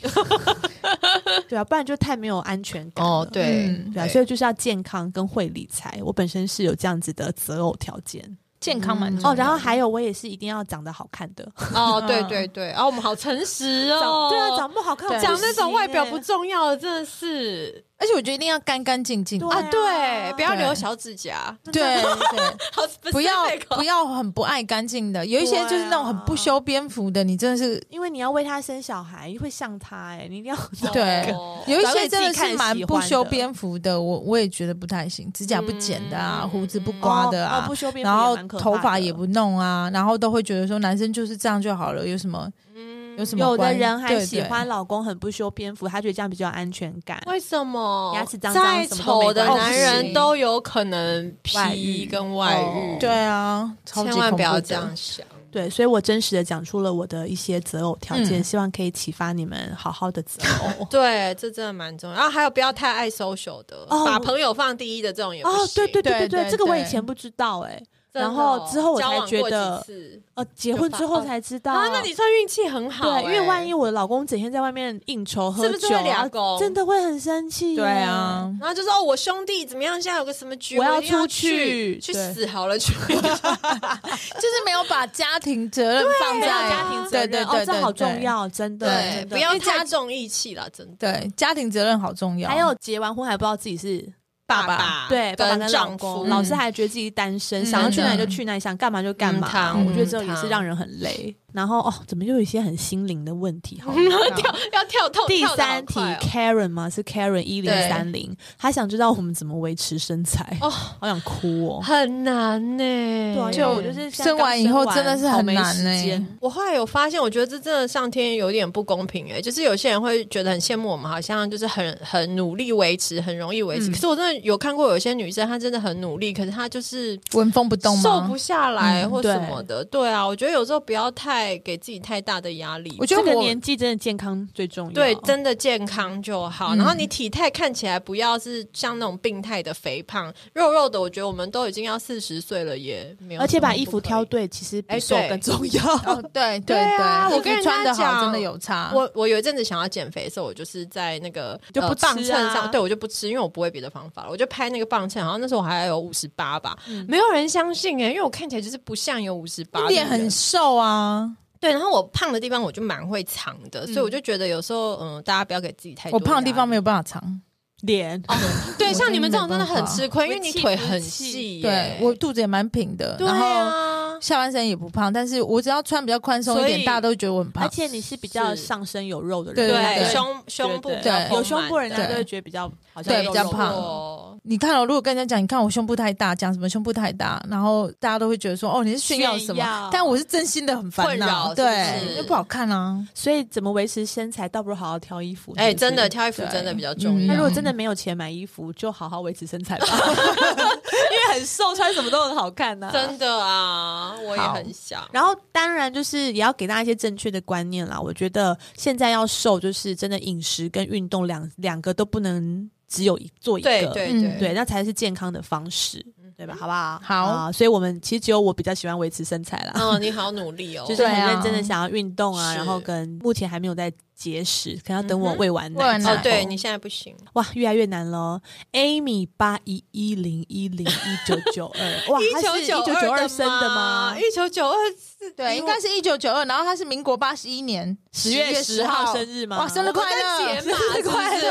Speaker 1: 对啊，不然就太没有安全感
Speaker 3: 哦
Speaker 1: 了。
Speaker 2: 嗯
Speaker 1: 对啊，
Speaker 3: 对
Speaker 1: 所以就是要健康跟会理财。我本身是有这样子的择偶条件
Speaker 2: 健康
Speaker 3: 嗯
Speaker 2: 蛮重要
Speaker 1: 哦，然后还有我也是一定要长得好 看的，
Speaker 3: 哦，对对对，啊，我们好诚实哦
Speaker 1: 长，对啊，长不好看
Speaker 2: 对
Speaker 1: 我
Speaker 3: 讲
Speaker 1: 不
Speaker 3: 那
Speaker 1: 行
Speaker 3: 种外表
Speaker 1: 欸
Speaker 3: 不重要的，真的是
Speaker 2: 而且我觉得一定要干干净净，
Speaker 1: 对
Speaker 3: 啊，
Speaker 1: 啊
Speaker 3: 对，不要
Speaker 2: 对
Speaker 3: 留小指甲，
Speaker 2: 对对，
Speaker 3: 好
Speaker 2: 不要
Speaker 3: specific 哦
Speaker 2: 不要很不爱干净的，有一些就是那种很不修边幅的，你真的是
Speaker 1: 因为你要为他生小孩，会像他哎、你一定要
Speaker 2: 对
Speaker 3: 哦
Speaker 2: 有一些真的是蛮不修边幅的，我我也觉得不太行，指甲不剪的啊，
Speaker 3: 嗯
Speaker 2: 胡子不刮的
Speaker 1: 哦
Speaker 2: 啊
Speaker 1: 哦、不，修边幅
Speaker 2: 然后
Speaker 1: 也蛮可怕的
Speaker 2: 头发也不弄啊，然后都会觉得说男生就是这样就好了，有什么
Speaker 3: 嗯
Speaker 2: 有什么
Speaker 1: 有的
Speaker 2: 关
Speaker 1: 人还
Speaker 2: 对
Speaker 1: 喜
Speaker 2: 对
Speaker 1: 欢老公很不修边幅，他觉得这样比较有安全感。
Speaker 3: 为什么
Speaker 1: 牙齿脏脏
Speaker 3: 再
Speaker 1: 什么都没
Speaker 3: 丑的
Speaker 1: 关
Speaker 3: 男
Speaker 2: 系
Speaker 3: 人都有可能
Speaker 1: 外
Speaker 3: 劈
Speaker 1: 遇
Speaker 3: 跟外哦遇，
Speaker 2: 对，啊，超级
Speaker 3: 千万不
Speaker 2: 恐
Speaker 3: 要
Speaker 2: 怖的
Speaker 3: 这样想。。
Speaker 1: 对，所以我真实的讲出了我的一些择偶条件，
Speaker 2: 嗯
Speaker 1: 希望可以启发你们好好的择偶
Speaker 3: 对，这真的蛮重要。然后还有不要太爱 social 的，
Speaker 1: 哦
Speaker 3: 把朋友放第一的这 种也不行。
Speaker 1: 哦，对对对对
Speaker 2: 对
Speaker 1: 对，
Speaker 2: 对
Speaker 1: 这个我以
Speaker 2: 对
Speaker 1: 前不知道哎、
Speaker 3: 真的哦
Speaker 1: 然后之后我
Speaker 3: 交
Speaker 1: 才
Speaker 3: 往
Speaker 1: 觉
Speaker 3: 过
Speaker 1: 得
Speaker 3: 几，次
Speaker 1: 呃，结
Speaker 3: 就
Speaker 1: 婚
Speaker 3: 发
Speaker 1: 之后
Speaker 3: 哦
Speaker 1: 才知道。
Speaker 3: 啊，那你算运气很好欸、
Speaker 1: 对，因为万一我老公整天在外面应酬喝
Speaker 3: 是不
Speaker 1: 酒
Speaker 3: 是会俩
Speaker 1: 啊，
Speaker 3: 狗
Speaker 1: 真的会很生气。
Speaker 2: 对，啊，
Speaker 3: 然后就说哦，我兄弟怎么样？现在有个什么局，
Speaker 1: 我
Speaker 3: 我
Speaker 1: 要
Speaker 3: 一定要
Speaker 1: 出
Speaker 3: 去，
Speaker 1: 去
Speaker 3: 去
Speaker 1: 对
Speaker 3: 死好了去！
Speaker 2: 就是没有把家庭责任放
Speaker 1: 没
Speaker 2: 在
Speaker 1: 有家庭责
Speaker 2: 对
Speaker 1: 任，
Speaker 2: 对
Speaker 1: 哦，
Speaker 2: 对，
Speaker 1: 这好
Speaker 2: 对
Speaker 1: 重。要，真的，
Speaker 3: 对，
Speaker 1: 真的
Speaker 3: 不要
Speaker 2: 因为
Speaker 3: 太
Speaker 2: 家哦
Speaker 3: 重义气了，真的。
Speaker 2: 对，家庭责任好重要。
Speaker 1: 还 有结完婚还不知道自己是
Speaker 3: 爸
Speaker 2: 爸
Speaker 3: 爸
Speaker 1: 对，爸爸
Speaker 3: 啊
Speaker 1: 跟
Speaker 3: 跟
Speaker 1: 老
Speaker 3: 丈
Speaker 1: 公，
Speaker 3: 夫，
Speaker 1: 老
Speaker 2: 嗯
Speaker 1: 师还觉得自己单身，
Speaker 2: 嗯
Speaker 1: 想要去
Speaker 2: 真
Speaker 1: 哪里
Speaker 2: 的
Speaker 1: 就去哪里，想干嘛就干
Speaker 3: 嗯
Speaker 1: 嘛。
Speaker 3: 汤
Speaker 1: 我觉得
Speaker 2: 嗯
Speaker 1: 这也是
Speaker 3: 汤
Speaker 1: 让人很累。然后哦，怎么又有一些很心灵的问题？好
Speaker 3: 跳 要跳痛。
Speaker 1: 第
Speaker 3: 跳得好
Speaker 1: 三题
Speaker 3: 快哦
Speaker 1: ，Karen 吗？是 Karen 一零
Speaker 3: 对
Speaker 1: 三零，她想知道我们怎么维持身材。
Speaker 3: 哦
Speaker 1: 哦， 好想哭哦。
Speaker 3: 很难呢、
Speaker 1: 对啊，因为
Speaker 3: 就
Speaker 1: 我就是现在
Speaker 2: 生
Speaker 1: 刚
Speaker 2: 完以后
Speaker 1: 完
Speaker 2: 真的是
Speaker 1: 好
Speaker 2: 很
Speaker 1: 没
Speaker 2: 难欸
Speaker 1: 时
Speaker 2: 呢
Speaker 1: 间
Speaker 3: 我后来有发现，我觉得这真的上天有点不公平哎、就是有些人会觉得很羡慕我们，好像就是很很努力维持，很容易维持。
Speaker 1: 嗯
Speaker 3: 可是我真的有看过有些女生，她真的很努力，可是她就是
Speaker 2: 纹风不动吗？
Speaker 3: 瘦不下来
Speaker 2: 嗯
Speaker 3: 或什么的。对啊，我觉得有时候不要太给自己太大的压力。
Speaker 2: 我觉
Speaker 1: 这
Speaker 2: 得
Speaker 1: 个
Speaker 2: 我
Speaker 1: 年纪真的健康最重要。
Speaker 3: 对，真的健康就好。
Speaker 2: 嗯
Speaker 3: 然后你体态看起来不要是像那种病态的肥胖，肉肉的。我觉得我们都已经要四十岁了，也没有。
Speaker 1: 而且把衣服挑。对，其实比
Speaker 3: 哎
Speaker 1: 瘦
Speaker 3: 对
Speaker 1: 更重要。
Speaker 2: 哦，对对
Speaker 3: 对啊我
Speaker 2: 衣服
Speaker 3: 跟人家
Speaker 2: 穿的
Speaker 3: 讲
Speaker 2: 好真的有差。
Speaker 3: 我我有一阵子想要减肥的时候，我就是在那个
Speaker 1: 就不
Speaker 3: 呃
Speaker 1: 吃啊
Speaker 3: 磅秤上，对我就不吃，因为我不会别的方法了，我就拍那个磅秤，好像那时候我还有五十八吧，
Speaker 1: 嗯
Speaker 3: 没有人相信哎、因为我看起来就是不像有五十八，
Speaker 2: 脸很瘦啊，
Speaker 3: 对，然后我胖的地方我就蛮会藏的，所以我就觉得有时候嗯，大家不要给自己太多
Speaker 2: 我胖的地方没
Speaker 3: 有
Speaker 2: 有办法藏。
Speaker 1: 脸
Speaker 3: 对，
Speaker 2: 我
Speaker 3: 像你们这种真
Speaker 2: 真
Speaker 3: 的
Speaker 2: 的没
Speaker 3: 很
Speaker 2: 办法
Speaker 3: 吃亏，因为
Speaker 1: 我
Speaker 3: 你
Speaker 1: 气
Speaker 3: 腿
Speaker 1: 不
Speaker 3: 很
Speaker 1: 气
Speaker 3: 细耶，
Speaker 2: 对我肚子也蛮平的，
Speaker 3: 对
Speaker 2: 然后
Speaker 3: 啊，
Speaker 2: 下半身也不胖，但是我只要穿比较宽松一
Speaker 1: 所
Speaker 2: 点，
Speaker 1: 以
Speaker 2: 大家都觉得我很
Speaker 1: 而
Speaker 2: 胖。
Speaker 1: 且你是比较
Speaker 3: 是
Speaker 1: 上身有肉的人，
Speaker 2: 对
Speaker 3: 对
Speaker 2: 对
Speaker 3: 胸胸部
Speaker 1: 对
Speaker 3: 比较
Speaker 2: 对
Speaker 1: 有
Speaker 3: 丰
Speaker 1: 胸
Speaker 3: 满
Speaker 1: 部人家
Speaker 3: 的
Speaker 1: 就会觉得比较好像
Speaker 2: 对
Speaker 1: 有
Speaker 2: 比较
Speaker 1: 肉
Speaker 2: 胖
Speaker 1: 肉
Speaker 3: 哦
Speaker 2: 你看哦，如果跟人家讲，你看我胸部太大，讲什么胸部太大，然后大家都会觉得说，哦，你是炫耀什
Speaker 1: 炫
Speaker 2: 么
Speaker 1: 耀？
Speaker 2: 但我是真心的很烦恼，
Speaker 3: 困扰是不
Speaker 2: 对，
Speaker 1: 是
Speaker 2: 因为不好看啊。
Speaker 1: 所以怎么维持身材，倒不如好好挑衣服。
Speaker 3: 哎，
Speaker 1: 是不是
Speaker 3: 真的。挑衣服
Speaker 2: 对
Speaker 3: 真的比较重
Speaker 1: 那
Speaker 3: 要
Speaker 1: 如
Speaker 2: 嗯。
Speaker 1: 果真的没有钱买衣服，就好好维持身材吧，因为很瘦，穿什么都很好看呐、
Speaker 3: 真的啊，我也很想。
Speaker 1: 然后当然就是也要给大家一些正确的观念啦。我觉得现在要瘦，就是真的饮食跟运动两两个都不能只有一做一个，
Speaker 3: 对对
Speaker 2: 嗯
Speaker 3: 对
Speaker 1: 对那才是健康的方式，对吧？好不好？
Speaker 2: 好
Speaker 1: 啊所以我们其实只有我比较喜欢维持身材啦。
Speaker 3: 嗯，你好努力哦，
Speaker 1: 就是很
Speaker 2: 对啊
Speaker 1: 认真的想要运动啊，
Speaker 3: 是
Speaker 1: 然后跟目前还没有在节食，可能要等我
Speaker 3: 嗯哼
Speaker 1: 喂完奶
Speaker 2: 喂完
Speaker 1: 之
Speaker 2: 奶
Speaker 1: 后。
Speaker 3: 哦，对你现在不行，
Speaker 1: 哇，越来越难喽。Amy 八一一零一零一九九二，哇，他是一九九二生的吗？
Speaker 3: 一九九二四，
Speaker 2: 对，应该是一九九二，然后他是民国八十一年
Speaker 1: 10月10
Speaker 2: 10
Speaker 1: 号生日吗
Speaker 2: 哇，生日快
Speaker 3: 我
Speaker 2: 乐！
Speaker 3: 在解码
Speaker 2: 生日快乐！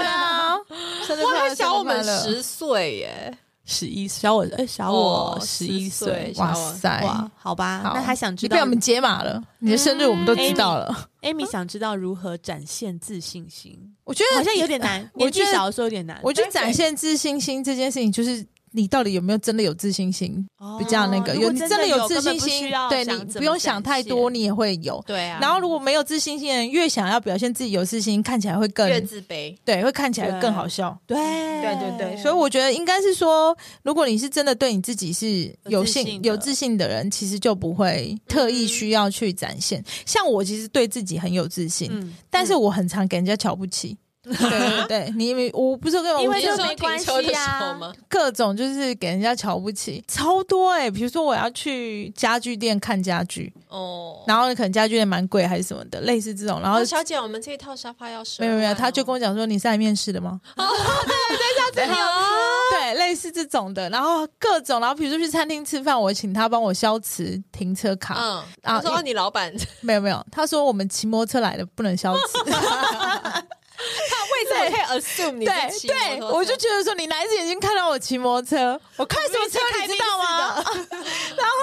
Speaker 2: 生日啊
Speaker 3: 哇，
Speaker 2: 快乐！
Speaker 3: 他小我们
Speaker 2: 生日快乐
Speaker 3: 十岁耶！
Speaker 1: 十一，小我哎、小我
Speaker 3: 哦
Speaker 1: 十一
Speaker 3: 10岁
Speaker 1: 岁，
Speaker 2: 哇
Speaker 3: 小我
Speaker 2: 塞，
Speaker 1: 哇，好吧，
Speaker 2: 哎好
Speaker 1: 那他想知
Speaker 2: 你
Speaker 1: 道
Speaker 2: 被我们解码了，你的生日我们都知道
Speaker 3: 嗯
Speaker 2: 了。
Speaker 1: Amy 想知道如何展现自信 心，
Speaker 2: 我觉得
Speaker 1: 好像有点难，
Speaker 2: 我
Speaker 1: 年
Speaker 2: 觉
Speaker 1: 纪
Speaker 2: 得
Speaker 1: 小的时候有点难，
Speaker 2: 我觉得展现自信心这件事情，就是你到底有没有真的有自信心
Speaker 1: 哦
Speaker 2: 比较那个。
Speaker 1: 如
Speaker 2: 有
Speaker 1: 果
Speaker 2: 你
Speaker 1: 真
Speaker 2: 的
Speaker 1: 有
Speaker 2: 自
Speaker 1: 根
Speaker 2: 信
Speaker 1: 本不需
Speaker 2: 心
Speaker 1: 要，
Speaker 2: 对
Speaker 1: 想
Speaker 2: 你
Speaker 1: 怎
Speaker 2: 不
Speaker 1: 么
Speaker 2: 用
Speaker 1: 展
Speaker 2: 想太
Speaker 1: 现
Speaker 2: 多，你也会有。
Speaker 3: 对啊，
Speaker 2: 然后如果没有自信心的人，越想要表现自己有自信心，看起来会更
Speaker 3: 越自卑，
Speaker 2: 对，会看起来更好笑。
Speaker 1: 对啊
Speaker 2: 对对对，所以我觉得应该是说，如果你是真的对你自己是有
Speaker 1: 有自信
Speaker 2: 信
Speaker 1: 的
Speaker 2: 有自信的人，其实就不会特意需要去展现。像我其实对自己很有自信，
Speaker 1: 嗯，
Speaker 2: 但是我很常给人家瞧 不起。对对对，你以为我不是跟
Speaker 1: 因
Speaker 2: 我
Speaker 1: 为
Speaker 3: 你
Speaker 1: 这个
Speaker 3: 是说
Speaker 1: 没
Speaker 3: 停
Speaker 1: 关
Speaker 3: 车的
Speaker 1: 系
Speaker 3: 时
Speaker 1: 啊
Speaker 3: 候吗？
Speaker 2: 各种就是给人家瞧不起，超多哎、比如说我要去家具店看家具，
Speaker 3: 哦，
Speaker 2: 然后可能家具店蛮贵还是什么的，类似这种，然后
Speaker 3: 哦小姐，我们这一套沙发要十
Speaker 2: 没
Speaker 3: 二
Speaker 2: 有
Speaker 3: 万
Speaker 2: 没
Speaker 3: 哦，啊
Speaker 2: 有，他就跟我讲说你是来面试的吗？
Speaker 3: 真的有
Speaker 2: 对，类似这种的，然后各种，然后比如说去餐厅吃饭，我请他帮我消磁停车卡，
Speaker 3: 嗯，
Speaker 2: 啊
Speaker 3: 我说
Speaker 2: 因
Speaker 3: 哦你老板，
Speaker 2: 没有没有，他说我们骑摩托车来的不能消磁，
Speaker 3: 为什么可以 assume 你是骑
Speaker 2: 对对，
Speaker 3: 摩托
Speaker 2: 我
Speaker 3: 车
Speaker 2: 就觉得说你哪一只眼睛看到我骑摩托 车，我开什么车你知道吗？ 然后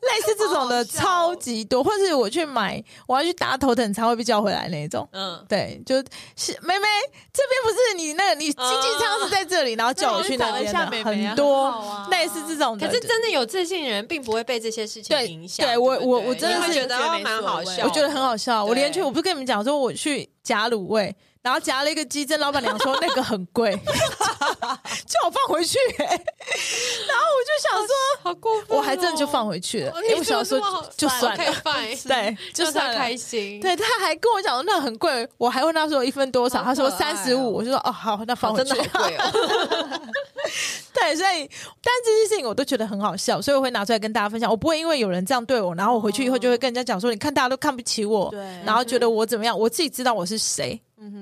Speaker 2: 类似这种的
Speaker 3: 好好笑
Speaker 2: 超
Speaker 3: 哦
Speaker 2: 级多，或是我去买，我要去打头等舱会被叫回来那一种。
Speaker 3: 嗯，
Speaker 2: 对，就是妹妹这边不是你那个，你经济舱是在
Speaker 3: 嗯
Speaker 2: 这里，然后叫我去那边
Speaker 1: 那我去找一
Speaker 2: 的，
Speaker 1: 下妹妹啊
Speaker 2: 很多
Speaker 1: 很好啊
Speaker 2: 类似这种的。
Speaker 3: 可是真的有自信的人，并不会被这些事情
Speaker 2: 对
Speaker 3: 影响。
Speaker 2: 对
Speaker 3: 不
Speaker 2: 我我我
Speaker 3: 你
Speaker 2: 真的
Speaker 3: 会
Speaker 2: 是
Speaker 3: 觉得
Speaker 1: 觉得
Speaker 3: 哦
Speaker 1: 没
Speaker 3: 蛮
Speaker 1: 所
Speaker 3: 好
Speaker 1: 谓
Speaker 3: 笑的，
Speaker 2: 我觉得很好笑。我
Speaker 3: 对
Speaker 2: 连去，我不是跟你们讲说我去夹卤味，然后夹了一个鸡胗，老板娘说那个很贵， 叫我放回去、欸然后我就想说，
Speaker 3: 好过分哦，
Speaker 2: 我还真的就放回去了。哎
Speaker 3: 哦。
Speaker 2: 因为我想说就算
Speaker 3: 可以
Speaker 2: 了，
Speaker 3: 放，
Speaker 2: 对，就
Speaker 3: 就
Speaker 2: 算
Speaker 3: 算
Speaker 2: 了
Speaker 3: 开。心。
Speaker 2: 对，他还跟我讲说那很贵，我还问他说一份多少，
Speaker 3: 好
Speaker 2: 他说
Speaker 3: 可爱
Speaker 2: 三
Speaker 3: 哦
Speaker 2: 十五，我就说哦好，那放
Speaker 3: 哦，
Speaker 2: 回
Speaker 3: 真
Speaker 2: 去。
Speaker 3: 的好贵哦。
Speaker 2: 对，所以但这件事情我都觉得很好笑，所以我会拿出来跟大家分享。我不会因为有人这样对我，然后我回去以后就会跟人家讲说，你看大家都看不起我，
Speaker 1: 哦对嗯
Speaker 2: 然后觉得我怎么样，我自己知道我是谁。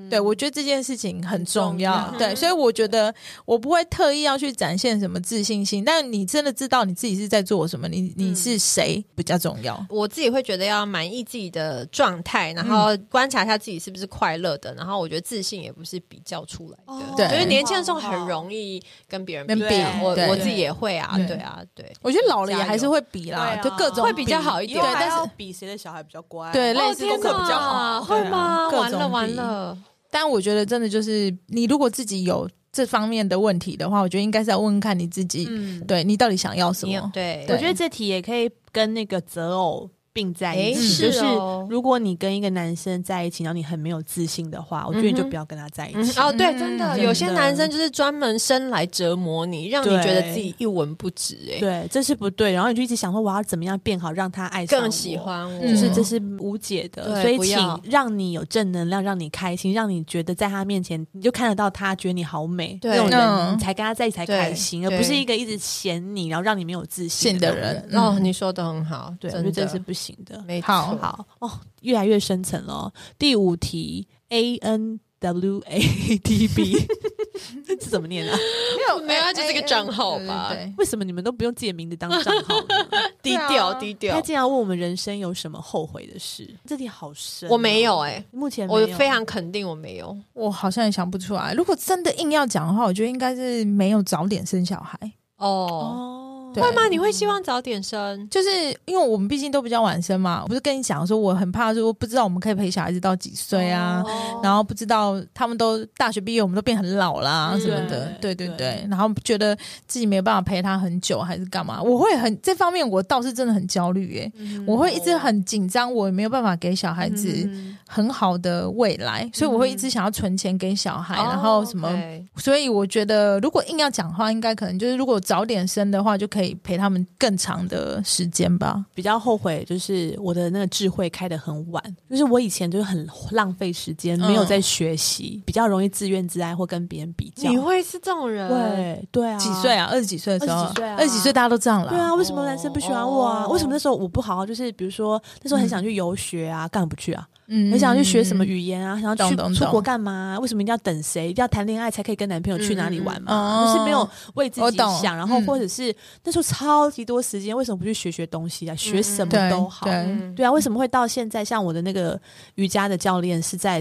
Speaker 2: 对，我觉得这件事情很重要。
Speaker 1: 很重要
Speaker 2: 对，所以我觉得我不会特意要去展现什么自信心，但你真的知道你自己是在做什么，你
Speaker 1: 嗯
Speaker 2: 你是谁比较重要。
Speaker 3: 我自己会觉得要满意自己的状态，然后观察一下自己是不是快乐的，然后我觉得自信也不是比较出来
Speaker 1: 哦
Speaker 3: 的。
Speaker 2: 对
Speaker 3: 因为年轻的时候很容易跟别人
Speaker 2: 跟
Speaker 3: 比
Speaker 2: 比
Speaker 3: 啊我
Speaker 2: 对
Speaker 3: 我自己也会啊，
Speaker 2: 对
Speaker 3: 对啊，对。
Speaker 2: 我觉得老了也
Speaker 3: 加油
Speaker 2: 还是会比啦，
Speaker 1: 对
Speaker 2: 就
Speaker 1: 啊
Speaker 2: 各种
Speaker 1: 会
Speaker 3: 比较好一
Speaker 1: 以
Speaker 3: 点
Speaker 1: 后
Speaker 2: 对，
Speaker 1: 还
Speaker 2: 但
Speaker 1: 要
Speaker 2: 是
Speaker 1: 比谁的小孩比较乖，
Speaker 2: 对类
Speaker 3: 哦
Speaker 2: 似功
Speaker 3: 天
Speaker 2: 课比较好，对
Speaker 3: 哦哪，会
Speaker 2: 啊
Speaker 3: 吗？
Speaker 2: 各
Speaker 3: 完
Speaker 2: 种
Speaker 3: 了完
Speaker 2: 比
Speaker 3: 了，
Speaker 2: 但我觉得真的就是，你如果自己有这方面的问题的话，我觉得应该是要问问看你自己，
Speaker 1: 嗯，
Speaker 2: 对你到底想要什
Speaker 3: 你有
Speaker 2: 么。
Speaker 3: 对
Speaker 1: 我觉得这题也可以跟那个择偶并在一
Speaker 3: 诶
Speaker 1: 起，就是
Speaker 3: 哦
Speaker 1: 如果你跟一个男生在一起，然后你很没有自信的话，我觉得你就不要跟他在一
Speaker 3: 嗯
Speaker 1: 起。
Speaker 3: 哦，对，
Speaker 2: 嗯
Speaker 3: 真的，
Speaker 2: 真
Speaker 3: 有些
Speaker 2: 的
Speaker 3: 男生就是专门生来折磨你，让你
Speaker 1: 对
Speaker 3: 觉得自己一文不值、欸，哎，
Speaker 1: 对，这是不对。然后你就一直想说我要怎么样变好，让他爱上
Speaker 3: 更喜
Speaker 1: 我。
Speaker 3: 欢我，
Speaker 1: 就是
Speaker 2: 嗯
Speaker 1: 这是无解的，
Speaker 3: 对
Speaker 1: 所以
Speaker 3: 不
Speaker 1: 请
Speaker 3: 要
Speaker 1: 让你有正能量，让你开心，让你觉得在他面前你就看得到他，觉得你好美
Speaker 3: 对
Speaker 1: 那种人，
Speaker 2: 嗯
Speaker 1: 你才跟他在一起才开心，而
Speaker 3: 对
Speaker 1: 不是
Speaker 3: 对
Speaker 1: 一个一直嫌你，然后让你没有自信
Speaker 2: 信
Speaker 1: 那
Speaker 2: 的
Speaker 1: 种人。
Speaker 2: 人，
Speaker 3: 哦，
Speaker 2: 嗯
Speaker 3: 你说的很好，
Speaker 1: 对，我
Speaker 3: 真
Speaker 1: 觉得
Speaker 3: 的
Speaker 1: 这是不行的。
Speaker 3: 没错。
Speaker 2: 好
Speaker 1: 好哦，越来越深层了哦。第五题，A N W A T B，这 怎么念啊？
Speaker 2: 没有 哎
Speaker 3: 没有它就是一个账号吧
Speaker 2: 对对对
Speaker 1: 为什么你们都不用自己的名字当账号呢？
Speaker 3: 低
Speaker 2: 对啊
Speaker 3: 调低
Speaker 1: 他
Speaker 3: 调，
Speaker 1: 竟然问我们人生有什么后悔的事，这题好深哦、
Speaker 3: 我没有哎、
Speaker 1: 目前没
Speaker 3: 我
Speaker 1: 有
Speaker 3: 非常肯定我没有，
Speaker 2: 我好像也想不出来。如果真的硬要讲的话，我觉得应该是没有早点生小孩，
Speaker 3: 哦，
Speaker 1: 哦，
Speaker 2: 对
Speaker 3: 会吗？你会希望早点生？
Speaker 2: 就是因为我们毕竟都比较晚生嘛。我不是跟你讲说，我很怕说不知道我们可以陪小孩子到几岁啊，
Speaker 3: 哦
Speaker 2: 然后不知道他们都大学毕业，我们都变很老啦
Speaker 3: 嗯
Speaker 2: 什么的，
Speaker 1: 对
Speaker 2: 对对
Speaker 1: 对
Speaker 2: 对，然后觉得自己没办法陪他很久还是干嘛，我会很这方面我倒是真的很焦虑耶、
Speaker 1: 嗯
Speaker 2: 我会一直很紧张，我也没有办法给小孩子
Speaker 1: 嗯
Speaker 2: 很好的未来，所以我会一直想要存钱给小孩，然后什么，
Speaker 3: 哦，OK
Speaker 2: 所以我觉得如果硬要讲的话，应该可能就是如果早点生的话，就可以陪他们更长的时间吧。
Speaker 1: 比较后悔，就是我的那个智慧开得很晚，就是我以前就是很浪费时间，没有
Speaker 2: 嗯
Speaker 1: 在学习，比较容易自怨自艾或跟别人比较。
Speaker 3: 你会是这种人？
Speaker 1: 对对啊，
Speaker 2: 几岁啊？二十几岁的时候
Speaker 1: 二十几岁啊，
Speaker 2: 二十几岁大家都这样啦。
Speaker 1: 对啊，为什么男生不喜欢我啊？
Speaker 3: 哦嗯
Speaker 1: 为什么那时候我不好好？就是比如说那时候很想去游学啊，干嘛不去啊？
Speaker 2: 嗯
Speaker 1: 很想要去学什么语言啊，想要去
Speaker 2: 懂懂
Speaker 1: 出国
Speaker 2: 懂
Speaker 1: 干嘛啊、为什么一定要等谁？一定要谈恋爱才可以跟男朋友去哪里玩嘛？
Speaker 2: 嗯嗯嗯
Speaker 1: 就是没有为自
Speaker 2: 我
Speaker 1: 己
Speaker 2: 懂
Speaker 1: 想，然后
Speaker 2: 嗯
Speaker 1: 或者是、那时候超级多时间，为什么不去学学东西啊？学什么
Speaker 2: 对
Speaker 1: 都好。
Speaker 2: 对
Speaker 3: 嗯，
Speaker 1: 对啊，为什么会到现在？像我的那个瑜伽的教练是在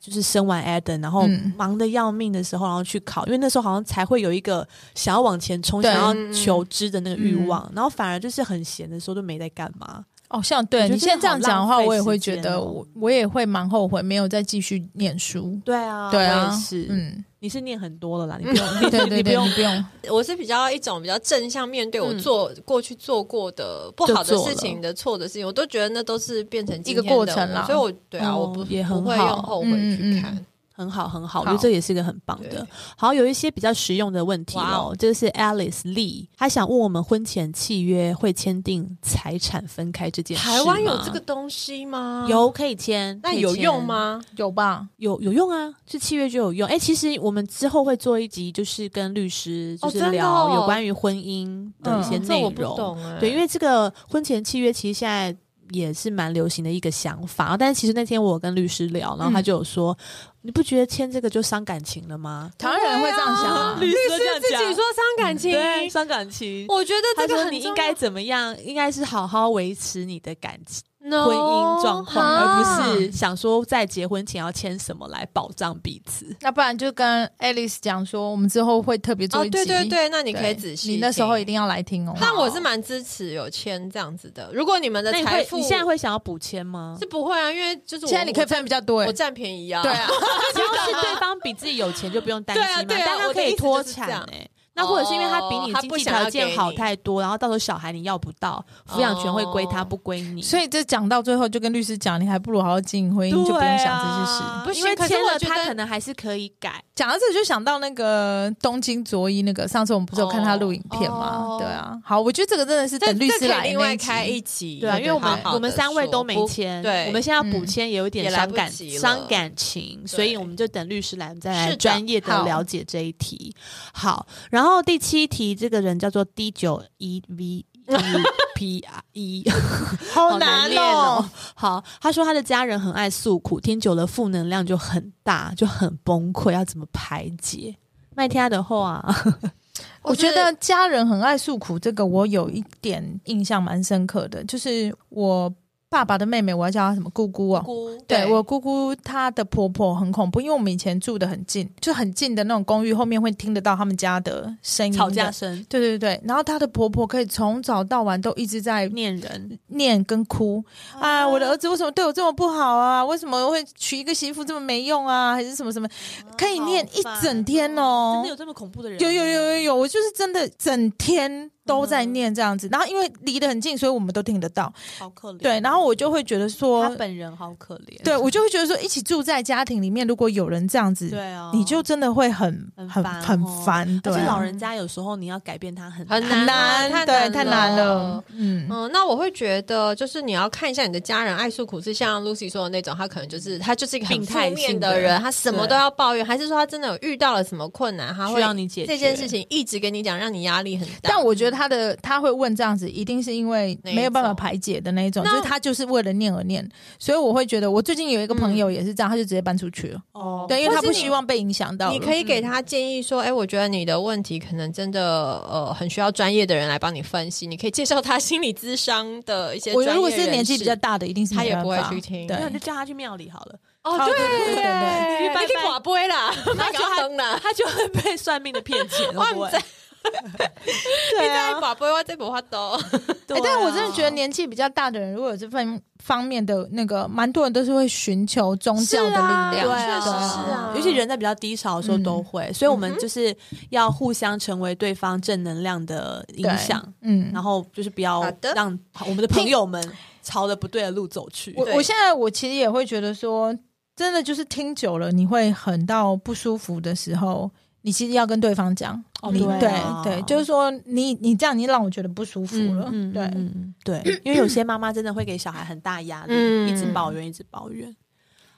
Speaker 1: 就是生完 Adam，然后
Speaker 2: 嗯
Speaker 1: 忙得要命的时候，然后去考，因为那时候好像才会有一个想要往前冲、
Speaker 2: 对嗯
Speaker 1: 想要求知的那个欲望，然后反而就是很闲的时候都没在干嘛。
Speaker 2: 哦，像
Speaker 1: 我
Speaker 2: 对
Speaker 1: 觉得
Speaker 2: 你现在这样讲的话，
Speaker 1: 这样好浪费
Speaker 2: 我也会觉
Speaker 1: 时间
Speaker 2: 得
Speaker 1: 哦
Speaker 2: 我我也会蛮后悔没有再继续念书。
Speaker 1: 对啊，
Speaker 2: 对
Speaker 1: 我
Speaker 2: 啊
Speaker 1: 也，是，
Speaker 2: 嗯，
Speaker 1: 你是念很多了啦，你
Speaker 3: 嗯
Speaker 1: 不用，
Speaker 2: 对对
Speaker 1: 你
Speaker 2: 对，
Speaker 1: 不用
Speaker 2: 你不用，
Speaker 3: 我是比较一种比较正向面对我
Speaker 1: 嗯
Speaker 3: 做、过去做过的不好的
Speaker 1: 就做
Speaker 3: 事
Speaker 1: 了
Speaker 3: 情的错的事情，我都觉得那都是变成今
Speaker 2: 一个
Speaker 3: 天的
Speaker 2: 过程啦
Speaker 3: 我所以我对啊，
Speaker 1: 哦
Speaker 3: 我不
Speaker 1: 也
Speaker 3: 不
Speaker 1: 很
Speaker 3: 会
Speaker 1: 好
Speaker 3: 用后悔
Speaker 2: 嗯嗯
Speaker 3: 去
Speaker 2: 嗯
Speaker 3: 看。
Speaker 1: 很好，很好，我觉得
Speaker 2: 好
Speaker 1: 这也是一个很棒
Speaker 3: 对
Speaker 1: 的。好，有一些比较实用的问题
Speaker 3: 哇哦
Speaker 1: 哦。这个是 Alice Lee，她想问我们婚前契约会签订财产分开这件事
Speaker 3: 台湾有
Speaker 1: 吗
Speaker 3: 这个东西吗？，
Speaker 1: 嗯有可以签，
Speaker 3: 那
Speaker 1: 可以
Speaker 3: 有用
Speaker 1: 签？
Speaker 3: 吗？
Speaker 2: 有吧？
Speaker 1: 有有用啊，是契约就有用。哎、其实我们之后会做一集，就是跟律师就
Speaker 3: 哦
Speaker 1: 是
Speaker 3: 真的
Speaker 1: 聊
Speaker 3: 哦
Speaker 1: 有关于婚姻的一些
Speaker 2: 嗯
Speaker 3: 这
Speaker 1: 内
Speaker 3: 我不
Speaker 1: 容。
Speaker 3: 懂哎、
Speaker 1: 对，因为这个婚前契约其实现在也是蛮流行的一个想法，然后但是其实那天我有跟律师聊，然后他就有说，你不觉得签这个就伤感情了吗？
Speaker 2: 台湾人会这样想 啊
Speaker 1: 律
Speaker 3: 律
Speaker 1: 师
Speaker 3: 师
Speaker 1: 这样
Speaker 3: 自己
Speaker 1: 讲
Speaker 3: 说伤感情，
Speaker 1: 对，伤感情。
Speaker 3: 我觉得
Speaker 1: 他
Speaker 3: 这个
Speaker 1: 说：“
Speaker 3: 很
Speaker 1: 你应
Speaker 3: 重
Speaker 1: 该怎么样？应该是好好维持你的感情、
Speaker 3: No，
Speaker 1: 婚姻状况，
Speaker 3: 啊
Speaker 1: 而不是想说在结婚前要签什么来保障彼此。
Speaker 2: 那不然就跟 Alice 讲说，我们之后会特别做
Speaker 3: 哦，
Speaker 2: 一集。
Speaker 3: 对对对，那你
Speaker 2: 对，
Speaker 3: 可以仔细，
Speaker 2: 你那时候一。定要来听哦。
Speaker 3: 但我是蛮支持有签这样子的。如果你们的
Speaker 1: 那你
Speaker 3: 财
Speaker 1: 会
Speaker 3: 富
Speaker 1: 你现在会想要补签吗？
Speaker 3: 是不会啊，因为就是我
Speaker 2: 现在你可以分比较多
Speaker 3: 我
Speaker 2: 哎
Speaker 3: 我，占便宜啊，
Speaker 2: 对啊，
Speaker 1: 只要是对方比自己有钱，就不用担心嘛。
Speaker 3: 对啊对啊
Speaker 1: 但他可以脱产
Speaker 3: 我的意思就是
Speaker 1: 哎、那或者是因为他比你
Speaker 3: 哦他
Speaker 1: 经
Speaker 3: 不
Speaker 1: 济
Speaker 3: 想要
Speaker 1: 条件好太多，然后到时候小孩你要不到，抚养权会归他，
Speaker 3: 哦
Speaker 1: 不归你。
Speaker 2: 所以这讲到最后，就跟律师讲，你还不如好好经营婚姻，
Speaker 1: 对啊
Speaker 2: 就不用想这些事。
Speaker 3: 不行
Speaker 1: 因为
Speaker 3: 可是
Speaker 1: 签
Speaker 3: 我
Speaker 1: 了
Speaker 3: 觉
Speaker 1: 他
Speaker 3: 得
Speaker 1: 可能还是可以改。
Speaker 2: 讲到这就想到那个东京卓一那个，上次我们不是有看他录影片
Speaker 1: 哦
Speaker 2: 吗
Speaker 1: 哦？
Speaker 2: 对啊，好，我觉得这个真的是
Speaker 3: 这
Speaker 2: 等律师
Speaker 3: 这可
Speaker 2: 来
Speaker 3: 以另外
Speaker 2: 那集
Speaker 3: 开一集，
Speaker 1: 对啊，因为我们
Speaker 3: 好好地
Speaker 1: 我们三位都没
Speaker 3: 说不
Speaker 1: 签，
Speaker 3: 对嗯
Speaker 1: 我们现在要补签也有点伤
Speaker 3: 也来
Speaker 1: 感
Speaker 3: 不及了
Speaker 1: 伤感情，所以我们就等律师来，我们再
Speaker 3: 是
Speaker 1: 来
Speaker 3: 的
Speaker 1: 专业的
Speaker 2: 好
Speaker 1: 了解这一题。好，然后第七题，这个人叫做 D 九 E V。P R E，好难念哦！。 好，他说他的家人很爱诉苦，听久了负能量就很大，就很崩溃，要怎么排解？麦天的后 啊，
Speaker 2: 我
Speaker 3: 我觉
Speaker 2: 觉
Speaker 3: 得
Speaker 2: 得家人很爱诉苦，这个我有一点印象蛮深刻的，就是我爸爸的妹妹，我要叫她什么姑姑哦。
Speaker 3: 姑
Speaker 2: 对我姑姑她的婆婆很恐怖，因为我们以前住的很近，就很近的那种公寓，后面会听得到他们家的声音的
Speaker 1: 吵架。声，
Speaker 2: 对对对，然后她的婆婆可以从早到晚都一直在
Speaker 1: 念人
Speaker 2: 念跟哭
Speaker 1: 哦
Speaker 2: 啊，我的儿子为什么对我这么不好啊？为什么会娶一个媳妇这么没用啊？还是什么什么？可以念一整天哦
Speaker 1: 真的有这么恐怖的人？嗯
Speaker 2: 有有有有有，我就是真的整天都在念这样子，然后因为离得很近，所以我们都听得到。
Speaker 1: 好可怜。
Speaker 2: 对，然后我就会觉得
Speaker 1: 他
Speaker 2: 说，
Speaker 1: 本人好可怜。
Speaker 2: 对我就会觉得说，一起住在家庭里面，如果有人这样子，
Speaker 1: 对啊，
Speaker 2: 你就真的会很
Speaker 1: 很
Speaker 2: 很
Speaker 1: 烦哦
Speaker 2: 很烦。
Speaker 1: 而
Speaker 2: 对
Speaker 1: 且
Speaker 2: 啊，
Speaker 1: 老人家有时候你要改变他很
Speaker 3: 很
Speaker 2: 很
Speaker 3: 难
Speaker 2: 难，
Speaker 3: 啊
Speaker 2: 对，
Speaker 3: 太
Speaker 2: 太
Speaker 3: 难
Speaker 2: 难
Speaker 3: 了
Speaker 2: 了。嗯，
Speaker 3: 嗯，那我会觉得，就是你要看一下你的家人爱诉苦，是像 Lucy 说的那种，他可能就是他就是一个很
Speaker 1: 病
Speaker 3: 负
Speaker 1: 态
Speaker 3: 面
Speaker 1: 性
Speaker 3: 的
Speaker 1: 的
Speaker 3: 人，他什么都要抱怨，还是说他真的有遇到了什么困难，他
Speaker 1: 需
Speaker 3: 会
Speaker 1: 要你解决
Speaker 3: 这件事。情一直跟你讲，让你压力很大。
Speaker 2: 但我觉得他的他会问这样子，一定是因为
Speaker 3: 哪一
Speaker 2: 没有办法
Speaker 3: 种
Speaker 2: 排解的那一种，就
Speaker 3: 那
Speaker 2: 是他就是为了念而念。所以我会觉得，我最近有一个朋友也是这样，他就直接搬出去了，
Speaker 1: 哦
Speaker 2: 对，因为
Speaker 3: 嗯或
Speaker 2: 他
Speaker 3: 是
Speaker 2: 不
Speaker 3: 你
Speaker 2: 希望被影响到了。
Speaker 3: 你可以给他建议说，哎、我觉得你的问题可能真的呃很需要专业的人来帮你分析，你可以介绍他心理咨商的一些
Speaker 2: 我
Speaker 3: 专业人士。
Speaker 2: 如果是年纪比较大的，一定是
Speaker 3: 他
Speaker 2: 没
Speaker 3: 也
Speaker 2: 办
Speaker 3: 不会
Speaker 2: 法
Speaker 3: 去听
Speaker 2: 对
Speaker 1: 没有，你就叫他去庙里好了，
Speaker 3: 哦，
Speaker 2: 哦
Speaker 3: 对
Speaker 2: 对对对对对
Speaker 1: 去拜
Speaker 3: 你可以
Speaker 1: 拜
Speaker 3: 寡不 会啦，那
Speaker 1: 就
Speaker 3: 个要
Speaker 1: 他
Speaker 3: 灯啦。
Speaker 1: 他就会被算命的骗 钱，会不会？啊
Speaker 3: 你在寡不会，我这不会都。
Speaker 1: 对啊
Speaker 2: 欸但我真的觉得年纪比较大的人，如果有这份方面的那个，蛮多人都是会寻求宗教的力
Speaker 1: 对
Speaker 2: 量。
Speaker 1: 啊，嗯
Speaker 3: 确实是啊
Speaker 1: 尤其人在比较低潮的时候都会，所以我们就是要互相成为对方正能量的影
Speaker 2: 对
Speaker 1: 响，
Speaker 2: 嗯，
Speaker 1: 然后就是不要
Speaker 3: 好的
Speaker 1: 让我们的朋友们朝着不对的路走去。
Speaker 2: 我
Speaker 3: 对
Speaker 2: 我现在我其实也会觉得说，真的就是听久了，你会很到不舒服的时候。你其实要跟对方讲，
Speaker 1: 哦
Speaker 2: 你
Speaker 1: 对啊
Speaker 2: 对对，就是说你你这样已经让我觉得不舒服了，
Speaker 1: 嗯
Speaker 2: 嗯对，
Speaker 1: 嗯对，因为有些妈妈真的会给小孩很大压力，
Speaker 3: 嗯
Speaker 1: 一直抱怨，一直抱怨。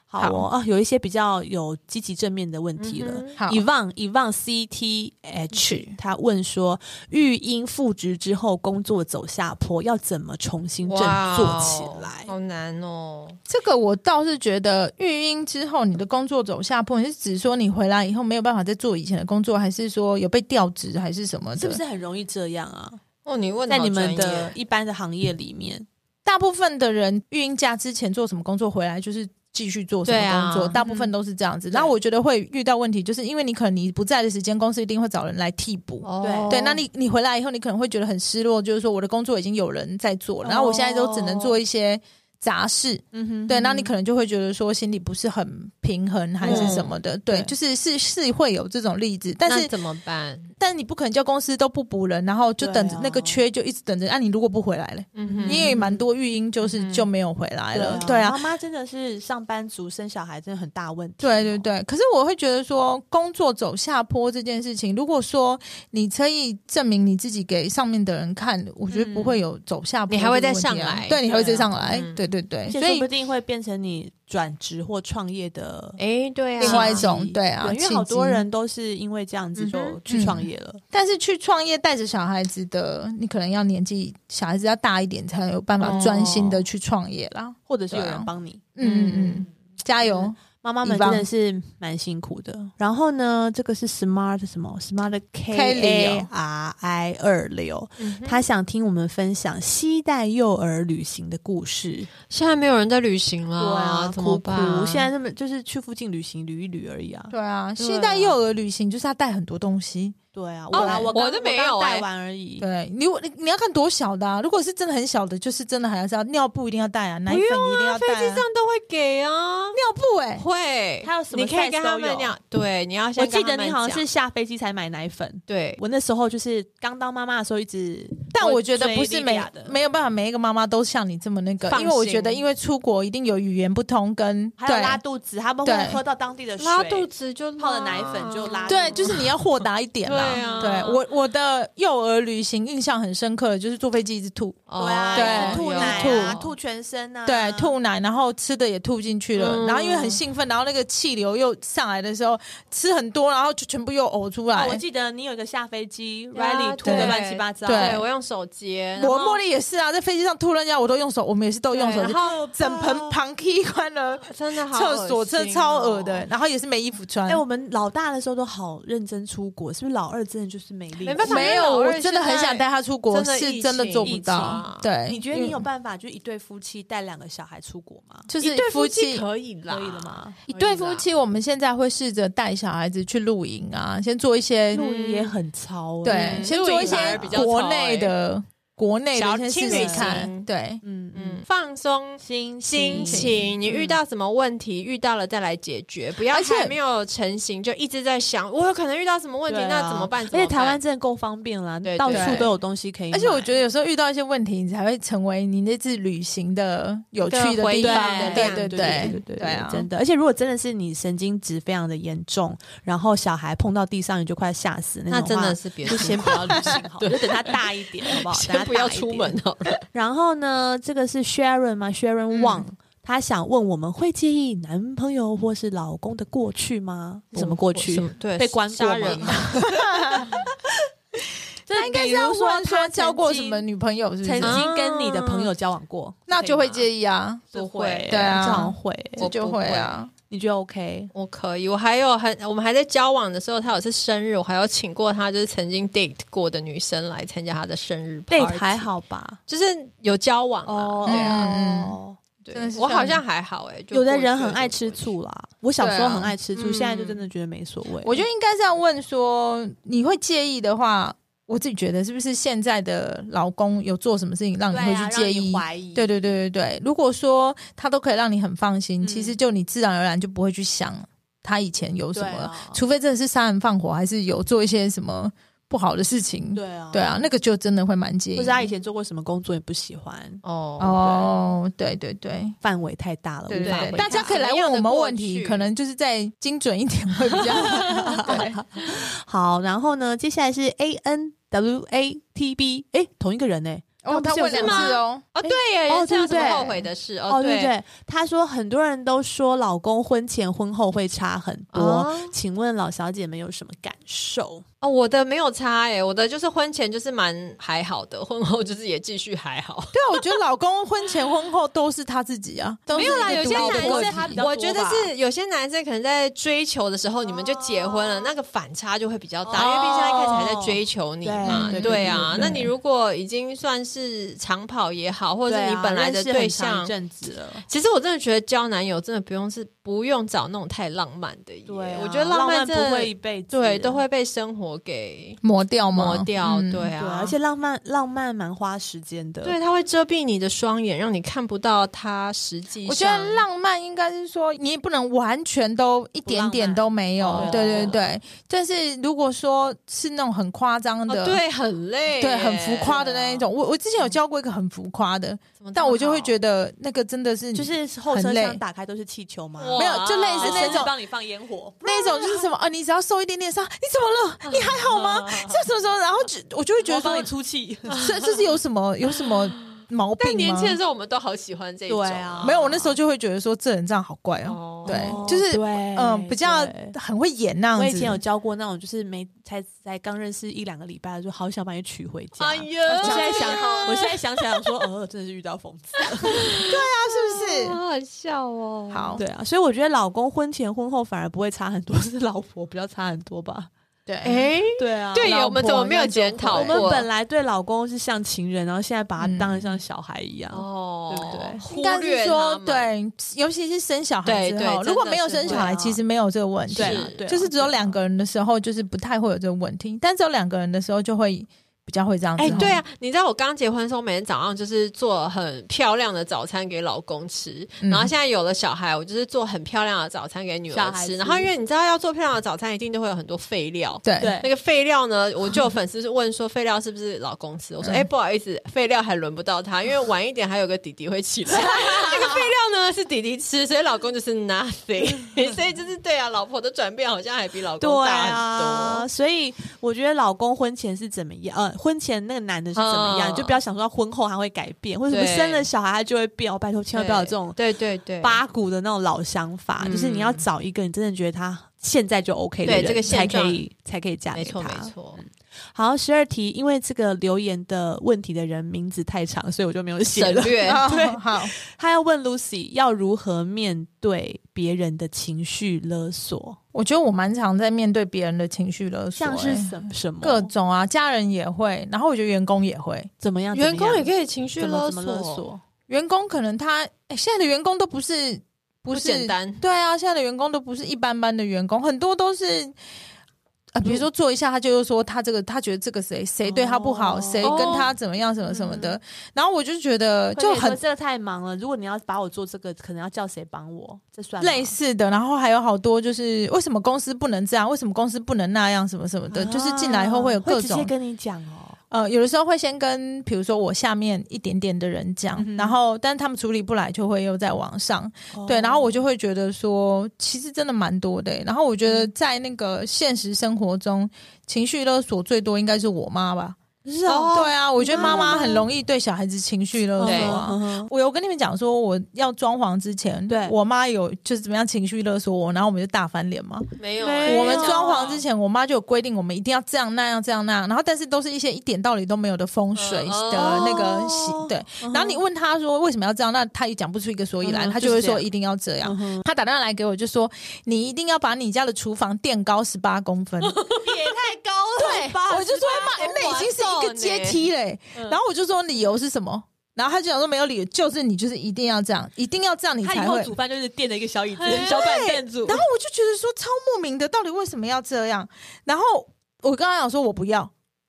Speaker 1: 好哦，啊，有一些比较有积极正面的问题了。
Speaker 3: 嗯
Speaker 2: 好，
Speaker 1: 以望以望 C T H，他问说，育婴复职之后工作走下坡，要怎么重新振作起来？
Speaker 3: 好难哦。
Speaker 2: 这个我倒是觉得，育婴之后你的工作走下坡，你是指说你回来以后没有办法再做以前的工作，还是说有被调职，还是什么的？
Speaker 1: 是不是很容易这样啊？
Speaker 3: 哦，你问得
Speaker 1: 在
Speaker 3: 好
Speaker 1: 你们
Speaker 3: 专业
Speaker 1: 的一般的行业里面，
Speaker 2: 大部分的人育婴假之前做什么工作，回来就是继续做什
Speaker 3: 对
Speaker 2: 么
Speaker 3: 啊
Speaker 2: 工作，大部分都是这样子。
Speaker 3: 对
Speaker 2: 然后我觉得会遇到问题，就是因为你可能你不在的时间，公司一定会找人来替补。
Speaker 3: 哦
Speaker 2: 对，那你你回来以后，你可能会觉得很失落，就是说我的工作已经有人在做
Speaker 3: 哦
Speaker 2: 了，然后我现在都只能做一些杂事。
Speaker 1: 嗯哼
Speaker 2: 对，那你可能就会觉得说心里不是很平衡还是什么的。对，
Speaker 1: 对
Speaker 2: 就是是是会有这种例子，但
Speaker 3: 嗯那
Speaker 2: 是
Speaker 3: 怎么办？
Speaker 2: 但你不可能叫公司都不补人，然后就等着
Speaker 1: 对啊
Speaker 2: 那个缺就一直等着。那、啊你如果不回来了，
Speaker 3: 嗯哼
Speaker 2: 因为蛮多育婴就是
Speaker 3: 嗯
Speaker 2: 就没有回来了。对
Speaker 1: 对
Speaker 2: 啊
Speaker 1: 妈，妈真的是上班族生小孩真的很大问题哦。
Speaker 2: 对对对，可是我会觉得说，工作走下坡这件事情，如果说你可以证明你自己给上面的人看，我觉得不会有走下坡、
Speaker 3: 你还会再上来
Speaker 2: 啊对，你还会再上来，
Speaker 3: 嗯
Speaker 2: 对对对，
Speaker 1: 而且
Speaker 2: 所
Speaker 1: 说
Speaker 2: 以
Speaker 1: 不定会变成你转职或创业的
Speaker 3: 哎，对啊，
Speaker 2: 另外一种
Speaker 1: 契机
Speaker 2: 对啊
Speaker 1: 因为
Speaker 2: 契
Speaker 1: 好多
Speaker 2: 机
Speaker 1: 人都是因为这样子
Speaker 3: 嗯
Speaker 1: 就
Speaker 3: 哼
Speaker 1: 去创业了。
Speaker 2: 但是去创业带着小孩子的，你可能要年纪小孩子要大一点，才有办法专心的去创业啦。
Speaker 1: 或者是有
Speaker 2: 对啊
Speaker 1: 人帮你。
Speaker 2: 嗯嗯，加油！
Speaker 1: 妈妈们真的是蛮辛苦的。然后呢，这个是 smart 什么 smart K A
Speaker 2: Kelly
Speaker 1: R I 二六，
Speaker 3: 嗯哼
Speaker 1: 他想听我们分享携带幼儿旅行的故事。
Speaker 3: 现在没有人在旅行了，怎么
Speaker 1: 苦苦
Speaker 3: 办？，
Speaker 1: 现在那么就是去附近旅行旅一旅而已啊。
Speaker 2: 对啊，
Speaker 3: 对啊
Speaker 2: 携带幼儿旅行就是要带很多东西。
Speaker 1: 对啊，
Speaker 3: 哦
Speaker 1: 我啦我刚
Speaker 3: 我都没
Speaker 1: 刚
Speaker 3: 有
Speaker 1: 带
Speaker 3: 欸
Speaker 1: 完而已。
Speaker 2: 对你，你你要看多小的、啊。如果是真的很小的，就是真的还是要尿布一定要带啊，奶粉一定要带、
Speaker 3: 飞
Speaker 2: 啊。
Speaker 3: 机上都会给啊，
Speaker 2: 尿布哎、
Speaker 3: 会，
Speaker 1: 它有什么
Speaker 3: 你可以
Speaker 1: size
Speaker 3: 跟他
Speaker 1: 都有
Speaker 3: 们讲，对，你要先
Speaker 1: 我记得
Speaker 3: 跟他们
Speaker 1: 你好像是
Speaker 3: 讲
Speaker 1: 下飞机才买奶粉。
Speaker 3: 对，
Speaker 1: 我那时候就是刚当妈妈的时候，一直
Speaker 2: 但我觉得不
Speaker 1: 追
Speaker 2: 是每
Speaker 1: Lydia 的
Speaker 2: 没有办法，每一个妈妈都像你这么那个，
Speaker 3: 放
Speaker 2: 因为我
Speaker 3: 心
Speaker 2: 觉得，因为出国一定有语言不通跟
Speaker 1: 还有拉
Speaker 2: 对
Speaker 1: 肚子，他们
Speaker 2: 对
Speaker 1: 会喝到当地的水，
Speaker 3: 拉肚子就
Speaker 1: 泡了奶粉就拉
Speaker 2: 对，就是你要豁达一点啦。
Speaker 3: 对啊
Speaker 2: 对我我的幼儿旅行印象很深刻的就是坐飞机一直吐，
Speaker 3: 哦
Speaker 1: 对啊，
Speaker 2: 对
Speaker 1: 一直吐奶啊，
Speaker 2: 有
Speaker 1: 吐全身啊，
Speaker 2: 对，吐奶，然后吃的也吐进去了，
Speaker 3: 嗯
Speaker 2: 然后因为很兴奋，然后那个气流又上来的时候，吃很多，然后就全部又呕出
Speaker 1: 哦
Speaker 2: 来。
Speaker 1: 我记得你有一个下飞机
Speaker 3: 对啊
Speaker 1: ，Riley 吐的
Speaker 2: 对
Speaker 1: 乱七八糟，
Speaker 2: 对
Speaker 3: 对我用手接，
Speaker 2: 我
Speaker 3: 然后
Speaker 2: 茉莉也是啊，在飞机上吐人家，我都用手，我们也是都用手
Speaker 3: 对
Speaker 2: 机
Speaker 3: 然，后
Speaker 2: 整盆旁 K 关了
Speaker 3: 真的好
Speaker 2: 厕所，
Speaker 3: 恶心
Speaker 2: 这
Speaker 3: 哦
Speaker 2: 超恶的，，然后也是没衣服穿。
Speaker 1: 哎，我们老大的时候都好认真出国，是不是老二真的就是没力？
Speaker 3: 没办法
Speaker 2: 没有，
Speaker 3: 因为老
Speaker 2: 我
Speaker 3: 二
Speaker 2: 真的很
Speaker 3: 现在
Speaker 2: 想带他出国，
Speaker 3: 真的
Speaker 2: 是
Speaker 3: 疫
Speaker 2: 真的
Speaker 3: 情
Speaker 2: 做不
Speaker 3: 疫情
Speaker 2: 到
Speaker 3: 啊。
Speaker 2: 对，
Speaker 1: 你觉得
Speaker 2: 因为
Speaker 1: 你有办法就一对夫妻带两个小孩出国吗？
Speaker 2: 嗯就是
Speaker 3: 一对
Speaker 2: 夫
Speaker 3: 夫
Speaker 2: 妻
Speaker 3: 妻可以啊啦，
Speaker 1: 可以了？吗？
Speaker 2: 一对夫妻，我们现在会试着带小孩子去露营啊，先做一些
Speaker 1: 露营也很欸超，
Speaker 2: 对，
Speaker 3: 嗯
Speaker 2: 先做一
Speaker 3: 露营反
Speaker 2: 些
Speaker 3: 而比较
Speaker 2: 国
Speaker 3: 潮
Speaker 2: 内
Speaker 3: 欸
Speaker 2: 的国内的
Speaker 3: 小
Speaker 2: 先试
Speaker 3: 轻
Speaker 2: 试
Speaker 1: 旅
Speaker 2: 看，
Speaker 3: 行
Speaker 2: 对。
Speaker 1: 嗯嗯
Speaker 3: 嗯，，放松
Speaker 1: 心
Speaker 3: 心情，你遇到什么问题，遇到了再来解决，不要
Speaker 2: 而且
Speaker 3: 还没有成型就一直在想，我有可能遇到什么问题，
Speaker 1: 对啊
Speaker 3: 那怎么办？
Speaker 1: 而
Speaker 3: 怎么
Speaker 1: 且
Speaker 3: 办
Speaker 1: 台湾真的够方便啦，
Speaker 3: 对
Speaker 1: 到
Speaker 2: 对
Speaker 1: 处都有东西可以买。
Speaker 2: 而且我觉得有时候遇到一些问题，你才会成为你那次旅行的有趣
Speaker 3: 的
Speaker 2: 的
Speaker 3: 回
Speaker 2: 地
Speaker 3: 忆
Speaker 2: 方。对
Speaker 3: 对
Speaker 1: 啊对
Speaker 2: 对
Speaker 1: 对
Speaker 2: 对啊！
Speaker 1: 真的。而且如果真的是你神经质非常的严重，然后小孩碰到地上你就快吓死那
Speaker 3: 那
Speaker 1: 种
Speaker 3: 真
Speaker 1: 话，
Speaker 3: 的是别
Speaker 1: 就先不要旅行好了，
Speaker 3: 对
Speaker 1: 就等他大一点好不好？等
Speaker 3: 先
Speaker 1: 他
Speaker 3: 不要
Speaker 1: 大一
Speaker 3: 出
Speaker 1: 点
Speaker 3: 门。好了。
Speaker 1: 然后呢，这个是 Sharon 吗？Sharon
Speaker 2: 嗯
Speaker 1: Wang，、她想问我们会介意男朋友或是老公的过去吗？什么过去
Speaker 3: 什？么对，啊
Speaker 1: 被关过
Speaker 3: 杀人
Speaker 1: 吗
Speaker 3: 吗？？
Speaker 1: 他
Speaker 2: 应该是要问他交过什么女朋友，是不
Speaker 1: 曾
Speaker 2: 是？
Speaker 1: 经啊跟你的朋友交往过，
Speaker 2: 那就会
Speaker 3: 意。
Speaker 2: 介意啊，
Speaker 3: 不会
Speaker 2: 对啊
Speaker 1: 这好像会，
Speaker 2: 这就会啊。
Speaker 1: 你觉得 OK？
Speaker 3: 我可以，我还有还我们还在交往的时候，他有次生日，我还有请过他，就是曾经 date 过的女生来参加他的生日
Speaker 1: date
Speaker 3: party，
Speaker 1: 还好吧？
Speaker 3: 就是有交往啊对啊，
Speaker 2: 嗯
Speaker 1: 哦
Speaker 3: 对
Speaker 2: 真的是
Speaker 3: 我好
Speaker 2: 算
Speaker 3: 像还好哎，就
Speaker 1: 有的
Speaker 3: 过去
Speaker 1: 人
Speaker 3: 了
Speaker 1: 很
Speaker 3: 就
Speaker 1: 爱
Speaker 3: 过
Speaker 1: 吃
Speaker 3: 去
Speaker 1: 醋啦，我小时候很爱吃醋，
Speaker 3: 对啊
Speaker 1: 现在就真的觉得没所谓。
Speaker 2: 我觉得应该是要问说，你会介意的话，我自己觉得是不是现在的老公有做什么事情让你会去介意？
Speaker 1: 啊怀疑
Speaker 2: 对对对对对，如果说他都可以让你很放心，
Speaker 1: 嗯
Speaker 2: 其实就你自然而然就不会去想他以前有什么，
Speaker 1: 对啊
Speaker 2: 除非真的是杀人放火，还是有做一些什么不好的事情。
Speaker 1: 对啊
Speaker 2: 对啊，那个就真的会蛮介意。
Speaker 1: 或者他以前做过什么工作也不喜欢，
Speaker 3: 哦，
Speaker 2: 哦，对对对。
Speaker 1: 范围太大了，
Speaker 2: 对
Speaker 1: 无
Speaker 2: 对
Speaker 1: 法
Speaker 2: 对，
Speaker 1: 回
Speaker 2: 大
Speaker 1: 答。
Speaker 2: 家可以来问我们问题，可能就是再精准一点会比较
Speaker 1: 啊
Speaker 2: 好。对
Speaker 1: 好，然后呢，接下来是 A N W A T B，哎，同一个人呢、
Speaker 2: 哦，
Speaker 1: 不
Speaker 2: 他
Speaker 1: 是有
Speaker 2: 问两
Speaker 1: 这个
Speaker 2: 次哦，
Speaker 3: 哦，
Speaker 1: 哎
Speaker 3: 对耶，
Speaker 1: 哦
Speaker 3: 人生有什
Speaker 1: 对对
Speaker 3: 么
Speaker 1: 对
Speaker 3: 后悔的事？
Speaker 1: 哦，对
Speaker 3: 对，
Speaker 1: 对，他说很多人都说老公婚前婚后会差很多，
Speaker 3: 哦
Speaker 1: 请问老小姐们有什么感受？
Speaker 3: 哦，我的没有差哎，我的就是婚前就是蛮还好的，婚后就是也继续还好。
Speaker 2: 对啊，我觉得老公婚前婚后都是他自己啊，都
Speaker 3: 没
Speaker 2: 是
Speaker 3: 有啦，
Speaker 2: 一个独
Speaker 3: 有些
Speaker 2: 立的
Speaker 3: 男
Speaker 2: 个
Speaker 1: 问题
Speaker 2: 体
Speaker 1: 比
Speaker 3: 生
Speaker 1: 较
Speaker 3: 我
Speaker 1: 多
Speaker 3: 觉得
Speaker 1: 吧
Speaker 3: 是有些男生可能在追求的时候，你们就结婚了，那个反差就会比较大，
Speaker 1: 哦
Speaker 3: 因为毕竟他一开始还在追求你嘛，
Speaker 1: 对对
Speaker 3: 对啊
Speaker 1: 对对。对
Speaker 3: 那你如果已经算是长跑也好，或者
Speaker 1: 对
Speaker 3: 是你
Speaker 1: 啊
Speaker 3: 本来的
Speaker 1: 认识
Speaker 3: 对
Speaker 1: 很长
Speaker 3: 象
Speaker 1: 一，阵子了，
Speaker 3: 其实我真的觉得交男友真的不用是不用找那种太浪漫的耶，
Speaker 1: 对啊、
Speaker 3: 我觉得
Speaker 1: 浪
Speaker 3: 漫真
Speaker 1: 不会一
Speaker 3: 的
Speaker 1: 辈子，
Speaker 3: 对都会被生活给
Speaker 2: 磨掉吗
Speaker 3: 磨掉，
Speaker 2: 嗯
Speaker 3: 对啊，
Speaker 1: 对，而且浪漫浪漫蛮花时间的，
Speaker 3: 对，它会遮蔽你的双眼，让你看不到他实际上。
Speaker 2: 我觉得浪漫应该是说，你也不能完全都一点点都没
Speaker 1: 不浪
Speaker 2: 有
Speaker 1: 漫，
Speaker 2: 对
Speaker 1: 哦
Speaker 2: 对对。但是如果说是那种很夸张的，
Speaker 3: 哦，对，很累耶，
Speaker 2: 对，很浮夸
Speaker 1: 啊
Speaker 2: 的那一种，我我之前有教过一个很浮夸的，
Speaker 3: 怎么这么好，
Speaker 2: 但我就会觉得那个真的是
Speaker 1: 嗯就是后车
Speaker 2: 嗯很累
Speaker 1: 厢打开都是气球嘛，
Speaker 3: 哇
Speaker 2: 没有，就类似
Speaker 1: 还是
Speaker 2: 那
Speaker 1: 甚至
Speaker 2: 种。
Speaker 1: 帮你放烟火，
Speaker 2: 那种就是什么啊？你只要受一点点伤，你怎么
Speaker 1: 嗯
Speaker 2: 了？你还好吗？这什么什么？然后就我就会觉得
Speaker 1: 我帮
Speaker 2: 说
Speaker 1: 你，出气，
Speaker 2: 这这是有什么有什么毛病
Speaker 3: 但
Speaker 2: 吗？
Speaker 3: 年轻的时候，我们都好喜欢这一种。
Speaker 1: 对啊
Speaker 2: 没有，我那时候就会觉得说这人这样好怪哦。
Speaker 3: 哦
Speaker 2: 对
Speaker 1: 哦
Speaker 2: 就是
Speaker 1: 对
Speaker 2: 嗯，比较
Speaker 1: 对
Speaker 2: 很会演那样
Speaker 1: 我
Speaker 2: 子。啊
Speaker 1: 以前有教过那种，就是没才才刚认识一两个礼拜，就好想把你娶回家。
Speaker 3: 哎呀
Speaker 2: 啊
Speaker 1: 我现在想
Speaker 3: 真的哦，
Speaker 1: 我现在想起来，我说，哦，真的是遇到疯子。
Speaker 2: 他是不是？
Speaker 3: 好好笑哦。
Speaker 2: 好，
Speaker 1: 对啊，所以我觉得老公婚前婚后反而不会差很多， 是老婆比较差很多吧？
Speaker 2: 对，
Speaker 3: 哎，
Speaker 1: 对啊，
Speaker 3: 对耶，
Speaker 2: 老婆
Speaker 3: 我们怎么没有检讨
Speaker 1: 我
Speaker 3: 过？
Speaker 1: 们本来对老公是像情人，然后现在把他当
Speaker 2: 嗯
Speaker 1: 得像小孩一样。
Speaker 3: 哦，
Speaker 1: 对不对
Speaker 2: 应
Speaker 3: 忽
Speaker 2: 该
Speaker 3: 略
Speaker 2: 是
Speaker 3: 他
Speaker 2: 说
Speaker 3: 们，
Speaker 2: 对，尤其是生小孩
Speaker 3: 对
Speaker 2: 之
Speaker 3: 对
Speaker 2: 后，
Speaker 3: 真的
Speaker 2: 如果没有生
Speaker 3: 是
Speaker 2: 小孩，
Speaker 1: 会啊
Speaker 2: 其实没有这个问题
Speaker 1: 对。啊
Speaker 3: 是，
Speaker 1: 对啊，
Speaker 2: 就是只有
Speaker 1: 对啊
Speaker 2: 两。个人的时候，就是不太会有这个问题，但只有两个人的时候就会比较会这样子。
Speaker 3: 哎，对啊，你知道我刚结婚的时候，每天早上就是做很漂亮的早餐给老公吃，
Speaker 2: 嗯
Speaker 3: 然后现在有了小孩，我就是做很漂亮的早餐给女
Speaker 1: 小
Speaker 3: 儿
Speaker 1: 孩
Speaker 3: 吃。
Speaker 1: 吃
Speaker 3: 然后因为你知道要做漂亮的早餐，一定都会有很多废料，
Speaker 2: 对
Speaker 1: 对
Speaker 3: 那个废料呢，我就有粉丝是问说废料是不是老公吃？我说
Speaker 2: 嗯
Speaker 3: 哎、诶不好意思，废料还轮不到他，因为晚一点还有个弟弟会起来。 那个废料呢是弟弟吃，所以老公就是 nothing。所 以就是对啊，老婆的转变好像还比老
Speaker 1: 对
Speaker 3: 公大很
Speaker 1: 啊，
Speaker 3: 多。
Speaker 1: 所以我觉得老公婚前是怎么样，呃，婚前那个男的是怎么样，
Speaker 3: 嗯
Speaker 1: 就不要想说他婚后他会改变，或者什么
Speaker 3: 对
Speaker 1: 生了小孩他就会变。我拜托，千万不要有这种
Speaker 3: 对对对，
Speaker 1: 八股的那种老想法，
Speaker 3: 嗯
Speaker 1: 就是你要找一个你真的觉得他现在就 OK 的
Speaker 3: 对
Speaker 1: 人，
Speaker 3: 这个
Speaker 1: 才
Speaker 3: 现
Speaker 1: 可
Speaker 3: 状
Speaker 1: 以才可以嫁
Speaker 3: 没
Speaker 1: 给
Speaker 3: 错没
Speaker 1: 他。
Speaker 3: 错。
Speaker 1: 好，十二题，因为这个留言的问题的人名字太长，所以我就没有写
Speaker 3: 省
Speaker 1: 了。
Speaker 3: 略
Speaker 1: 对
Speaker 2: 哦 好，
Speaker 1: 他要问 Lucy 要如何面对别人的情绪勒索，
Speaker 2: 我觉得我蛮常在面对别人的情绪勒索，
Speaker 1: 像是
Speaker 2: 哎
Speaker 1: 什么什么
Speaker 2: 各种啊，家人也会，然后我觉得员工也会，
Speaker 1: 怎么样，
Speaker 3: 员工也
Speaker 1: 以
Speaker 3: 可以情绪
Speaker 1: 怎么
Speaker 3: 勒
Speaker 1: 怎么勒
Speaker 3: 索，
Speaker 1: 索，
Speaker 2: 员工可能他、哎现在的员工都不是不
Speaker 3: 不
Speaker 2: 是
Speaker 3: 简单。
Speaker 2: 对啊，现在的员工都不是一般般的员工，很多都是。呃，比如说做一下，他就又说他这个，他觉得这个谁谁对他不好，
Speaker 1: 哦嗯
Speaker 2: 谁跟他怎么样，什么什么的。然后我就觉得
Speaker 1: 就
Speaker 2: 就
Speaker 1: 很
Speaker 2: 很
Speaker 1: 这个太忙了，如果你要把我做这个，可能要叫谁帮我，这算吗
Speaker 2: 类似的。然后还有好多就是为什么公司不能这样，为什么公司不能那样，什么什么的。就是进来以后会有
Speaker 1: 啊
Speaker 2: 各
Speaker 1: 直接
Speaker 2: 种
Speaker 1: 跟你讲哦，
Speaker 2: 呃，有的时候会先跟，比如说我下面一点点的人讲，
Speaker 1: 嗯哼
Speaker 2: 然后但他们处理不来，就会又在网上。
Speaker 1: 哦
Speaker 2: 对，然后我就会觉得说，其实真的蛮多的欸、然后我觉
Speaker 1: 嗯
Speaker 2: 得在那个现实生活中，情绪勒索最多应该是我妈吧。
Speaker 1: 是哦，嗯
Speaker 2: 对啊，我觉得妈
Speaker 1: 妈
Speaker 2: 妈
Speaker 1: 妈
Speaker 2: 很容易对小孩子情绪勒索
Speaker 3: 对
Speaker 2: 啊。
Speaker 1: 嗯
Speaker 2: 我有跟你们讲说，我要装潢之前，
Speaker 1: 对
Speaker 2: 我妈有就是怎么样情绪勒索我，然后我们就大翻脸嘛。
Speaker 3: 没有，
Speaker 1: 没有啊
Speaker 2: 我们装潢之
Speaker 3: 前
Speaker 2: 前，我妈就有规定，我们一定要这样那样这样那样，然后但是都是一些一点道理都没有的风水
Speaker 3: 嗯
Speaker 2: 的那个习
Speaker 1: 哦
Speaker 2: 对。然后你问她说为什么要这样，那她也讲不出一个所以然，
Speaker 3: 嗯
Speaker 2: 她
Speaker 3: 就
Speaker 2: 就是会
Speaker 3: 这样
Speaker 2: 说一定要这样。
Speaker 1: 嗯哼
Speaker 2: 他打电话来给我，就说你一定要把你家的厨房垫高十八公分。
Speaker 1: 啊
Speaker 3: 也太高了，
Speaker 2: 对，我就说妈，哎那已经是一个阶梯嘞、
Speaker 1: 欸
Speaker 3: 嗯
Speaker 2: 然后我就说理由是什么？然后他就讲说没有理由，就是你就是一定要这样，一定要这样你
Speaker 1: 他以
Speaker 2: 才
Speaker 1: 后
Speaker 2: 会。
Speaker 1: 煮饭就是垫了一个小椅子
Speaker 3: 对，
Speaker 1: 小板凳住，
Speaker 2: 然后我就觉得说超莫名的，到底为什么要这样？然后我跟他讲说我不要。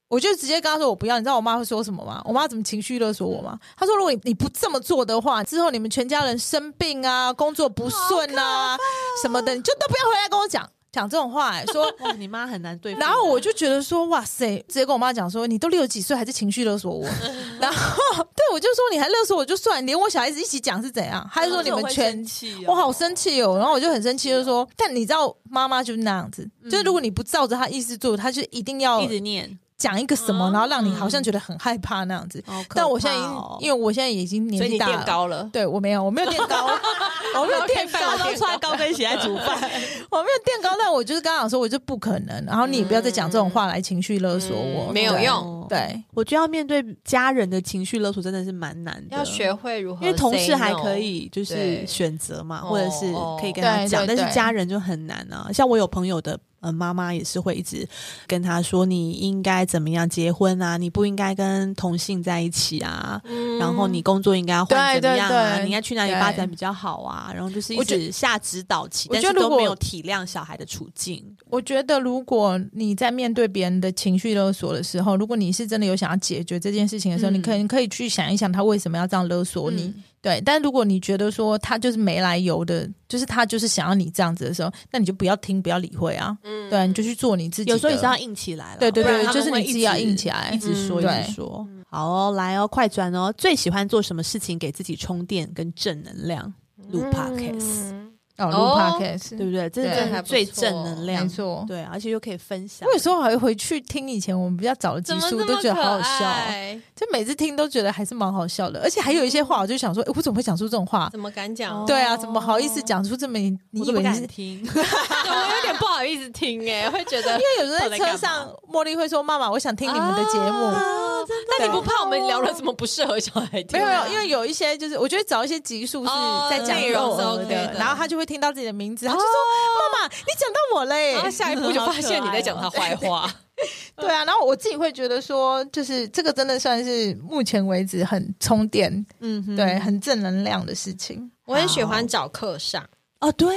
Speaker 2: 我就直接跟他说我不要，你知道我妈会说什么吗？我妈怎么情绪勒索我吗？她说如果你你不这么做的话，之后你们全家人生病啊，工作不顺啊什么的，你就都不要回来跟我讲讲这种话、哎说
Speaker 1: 哇，你妈很难对付。
Speaker 2: 然后我就觉得说，哇塞！直接跟我妈讲说，你都六十几岁还是情绪勒索我。然后对我就说，你还勒索我就算，连我小孩子一起讲是怎样？她就
Speaker 1: 嗯
Speaker 2: 说你们全，
Speaker 1: 气
Speaker 2: 我好生气哦。然后我就很生气，就
Speaker 3: 啊嗯
Speaker 2: 说，但你知道妈妈就是那样子，就是如果你不照着她意思做，她就一定要
Speaker 1: 一直念，
Speaker 2: 讲一个什么，
Speaker 3: 啊
Speaker 2: 然后让你好像觉得很害怕那样子。
Speaker 3: 嗯
Speaker 1: 好可
Speaker 2: 但我现在已经
Speaker 1: 怕哦，
Speaker 2: 因为我现在已经
Speaker 3: 所
Speaker 2: 年
Speaker 3: 以
Speaker 2: 纪
Speaker 3: 你
Speaker 2: 大
Speaker 3: 变
Speaker 2: 了，
Speaker 3: 高了。
Speaker 2: 对我没有，我没有垫高， 我没有垫高，
Speaker 1: 都
Speaker 3: 哦
Speaker 1: 穿高跟鞋来煮 饭，
Speaker 2: 我没有垫高，但我就是刚刚说，我就不可能。然后你也不要再讲这种话来情绪勒索我，
Speaker 3: 嗯没有
Speaker 2: 对
Speaker 3: 用
Speaker 2: 对，
Speaker 1: 啊我觉得要面对家人的情绪勒索真的是蛮难的，
Speaker 3: 要学会如何
Speaker 1: 因
Speaker 3: say no，
Speaker 1: 为同事还可以就是
Speaker 3: 对
Speaker 1: 选择嘛，
Speaker 3: 哦
Speaker 1: 或者是可以跟他讲，
Speaker 2: 哦
Speaker 1: 但
Speaker 2: 对对
Speaker 1: 是家人就很难啊。像我有朋友的。呃，妈妈也是会一直跟他说，你应该怎么样结婚啊？你不应该跟同性在一起啊。
Speaker 3: 嗯，
Speaker 1: 然后你工作应该要换
Speaker 2: 对
Speaker 1: 怎么样啊？
Speaker 2: 对对
Speaker 1: 你应该去哪里
Speaker 2: 对
Speaker 1: 发展比较好啊？然后就是一
Speaker 2: 我觉
Speaker 1: 直下指导期，
Speaker 2: 我
Speaker 1: 但
Speaker 2: 觉
Speaker 1: 是
Speaker 2: 得如
Speaker 1: 都
Speaker 2: 果
Speaker 1: 没有体谅小孩的处境。
Speaker 2: 我觉得如果你在面对别人的情绪勒索的时候，如果你是真的有想要解决这件事情的时候，
Speaker 1: 嗯
Speaker 2: 你可能可以去想一想他为什么要这样勒索你。
Speaker 1: 嗯
Speaker 2: 对，但如果你觉得说他就是没来由的，就是他就是想要你这样子的时候，那你就不要听，不要理会啊。
Speaker 3: 嗯
Speaker 2: 对，你就去做你自己的。
Speaker 1: 有时候也是要硬起来了，
Speaker 2: 对对
Speaker 1: 不然
Speaker 2: 对，
Speaker 1: 他
Speaker 2: 就
Speaker 1: 们
Speaker 2: 是
Speaker 1: 会
Speaker 2: 你
Speaker 1: 一
Speaker 2: 自己要
Speaker 1: 直
Speaker 2: 硬起来，嗯
Speaker 1: 一直说，一
Speaker 2: 对
Speaker 1: 直说。好哦，来哦，快转哦！最喜欢做什么事情给自己充电跟正能量？录 podcast，、
Speaker 3: 嗯
Speaker 2: 哦，录
Speaker 3: 哦
Speaker 2: podcast，
Speaker 1: 对不对？这
Speaker 2: 对
Speaker 1: 是
Speaker 3: 还不
Speaker 1: 最
Speaker 3: 错
Speaker 1: 正能量，
Speaker 2: 没错。
Speaker 1: 对，而且又可以分享
Speaker 2: 我。有时候还会回去听以前我们比较早的集
Speaker 3: 怎么
Speaker 2: 数，
Speaker 3: 这
Speaker 2: 都
Speaker 3: 么
Speaker 2: 觉得好好
Speaker 3: 可
Speaker 2: 笑哦，
Speaker 3: 爱？
Speaker 2: 就每次听都觉得还是蛮好笑的。而且还有一些话，我就想说，诶我怎么会讲出这种话？
Speaker 3: 怎么敢讲？
Speaker 2: 对啊，怎么好意思讲出这么你你
Speaker 1: 我
Speaker 2: 以
Speaker 1: 都不
Speaker 2: 为你是？
Speaker 1: 敢
Speaker 2: 因
Speaker 1: 听，
Speaker 3: 对 我有点不好意思听哎，会 觉得
Speaker 2: 为有时候在车上，茉莉会说：“妈妈，我想听你们的节目。
Speaker 3: 啊那你不怕我们聊了什么不适合小孩听？
Speaker 2: 没有没有，因为有一些就是，我觉得找一些集数是
Speaker 3: 啊哦
Speaker 2: 在讲
Speaker 3: 内容是
Speaker 2: 幼儿
Speaker 3: OK 的哦
Speaker 2: 然后他就会听到自己的名字，他就说：“妈妈，你讲到我嘞。”
Speaker 3: 然后啊下一步就发现你在讲他坏话，
Speaker 2: 对啊，然后我自己会觉得说，就是这个真的算是目前为止很充电，
Speaker 1: 嗯哼，
Speaker 2: 对，很正能量的事情。
Speaker 3: 我很喜欢找课上，
Speaker 1: 哦，对，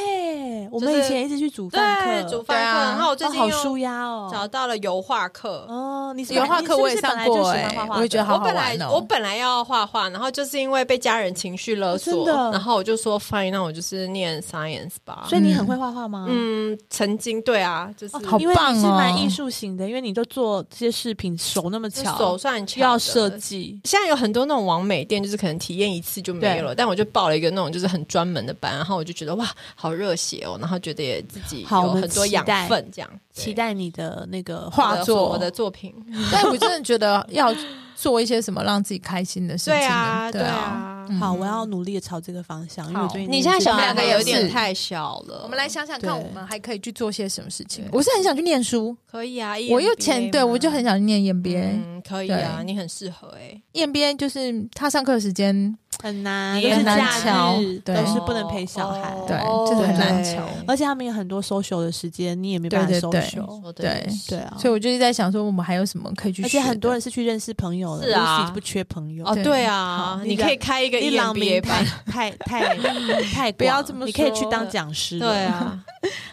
Speaker 1: 我们
Speaker 3: 就
Speaker 1: 以
Speaker 3: 是
Speaker 1: 前一直去煮饭
Speaker 3: 对，
Speaker 1: 课，
Speaker 3: 煮
Speaker 2: 对
Speaker 3: 饭
Speaker 2: 啊
Speaker 3: 课。然后我最
Speaker 1: 哦，
Speaker 3: 近
Speaker 1: 好舒
Speaker 3: 又
Speaker 1: 压哦
Speaker 3: 找。到了油画课。
Speaker 1: 哦，你是
Speaker 2: 油画
Speaker 1: 你
Speaker 2: 课
Speaker 1: 是
Speaker 2: 我
Speaker 1: 不
Speaker 2: 也
Speaker 1: 是
Speaker 2: 上
Speaker 1: 本来就
Speaker 2: 过
Speaker 1: 喜欢
Speaker 2: 欸
Speaker 1: 画画
Speaker 2: 我也
Speaker 1: 的
Speaker 2: 觉得好
Speaker 3: 我
Speaker 2: 好
Speaker 3: 本来
Speaker 2: 玩哦
Speaker 3: 我本来要画画，然后就是因为被家人情绪勒
Speaker 1: 哦
Speaker 3: 索
Speaker 1: 真的，
Speaker 3: 然后我就说 fine，那我就是念 science 吧。
Speaker 1: 所以你很会画画吗？
Speaker 3: 嗯，曾经对啊，就是
Speaker 2: 好
Speaker 1: 嗯因为你是
Speaker 2: 棒哦
Speaker 1: 蛮艺术型的，因为你都做这些饰品，手那么
Speaker 3: 就
Speaker 1: 巧，
Speaker 3: 手算巧
Speaker 1: 又要
Speaker 3: 的
Speaker 1: 设计，
Speaker 3: 现在有很多那种网美店，就是可能体验一次就没有了，但我就报了一个那种就是很专门的班，然后我就觉得哇，好热血哦，然后觉得也自己
Speaker 1: 好
Speaker 3: 有
Speaker 1: 我们
Speaker 3: 很多
Speaker 1: 期
Speaker 3: 养
Speaker 1: 待
Speaker 3: 分，这样
Speaker 1: 期待你的那个
Speaker 2: 画
Speaker 1: 画
Speaker 3: 我的
Speaker 2: 作
Speaker 3: 我的作品，
Speaker 2: 但我真的觉得要做一些什么让自己开心的事情。
Speaker 3: 对啊，
Speaker 2: 对
Speaker 3: 对
Speaker 2: 啊。
Speaker 3: 啊。
Speaker 2: 嗯
Speaker 1: 好，我要努力的朝这个方向，因为我最近
Speaker 3: 你现在小
Speaker 2: 我们
Speaker 3: 孩
Speaker 2: 两个
Speaker 3: 有
Speaker 2: 也
Speaker 3: 点
Speaker 2: 是
Speaker 3: 太小了，
Speaker 2: 我们来想想看，
Speaker 1: 对
Speaker 2: 我们还可以去做些什么事情 E
Speaker 3: 对。
Speaker 2: 我是很想去念书，
Speaker 3: 可以啊，
Speaker 2: 我
Speaker 3: EMBA
Speaker 2: 又前对
Speaker 3: 嘛
Speaker 2: 我就很想去念 E EMBA。
Speaker 3: 嗯，可以啊，
Speaker 2: 对
Speaker 3: 你很适合哎，
Speaker 2: EMBA 就是他上课的时间，
Speaker 1: 很难，
Speaker 3: 也
Speaker 1: 都是
Speaker 3: 很难
Speaker 1: 假日
Speaker 2: 瞧对
Speaker 1: 都是不能陪小孩，
Speaker 3: 哦
Speaker 2: 对就是很难瞧
Speaker 1: 而且他们有很多 social 的时间，你也没办法
Speaker 2: 对对对
Speaker 1: social，
Speaker 3: 说得也
Speaker 2: 对
Speaker 3: 是
Speaker 1: 对啊，
Speaker 2: 所以我就是在想说，我们还有什么可以去
Speaker 1: 而
Speaker 2: 学
Speaker 1: 且
Speaker 2: 的？
Speaker 1: 很多人是去认识朋友的，
Speaker 3: 是啊
Speaker 1: Lucy 不缺朋友
Speaker 3: 哦，
Speaker 2: 对
Speaker 3: 对啊
Speaker 1: 好，
Speaker 3: 你可以开一个 E
Speaker 1: 你郎
Speaker 3: EMBA
Speaker 1: 名太
Speaker 3: 班，
Speaker 1: 太太太
Speaker 2: 不要
Speaker 1: 广
Speaker 2: 这么
Speaker 1: 你可以去
Speaker 2: 说
Speaker 1: 当讲师，
Speaker 3: 对，啊，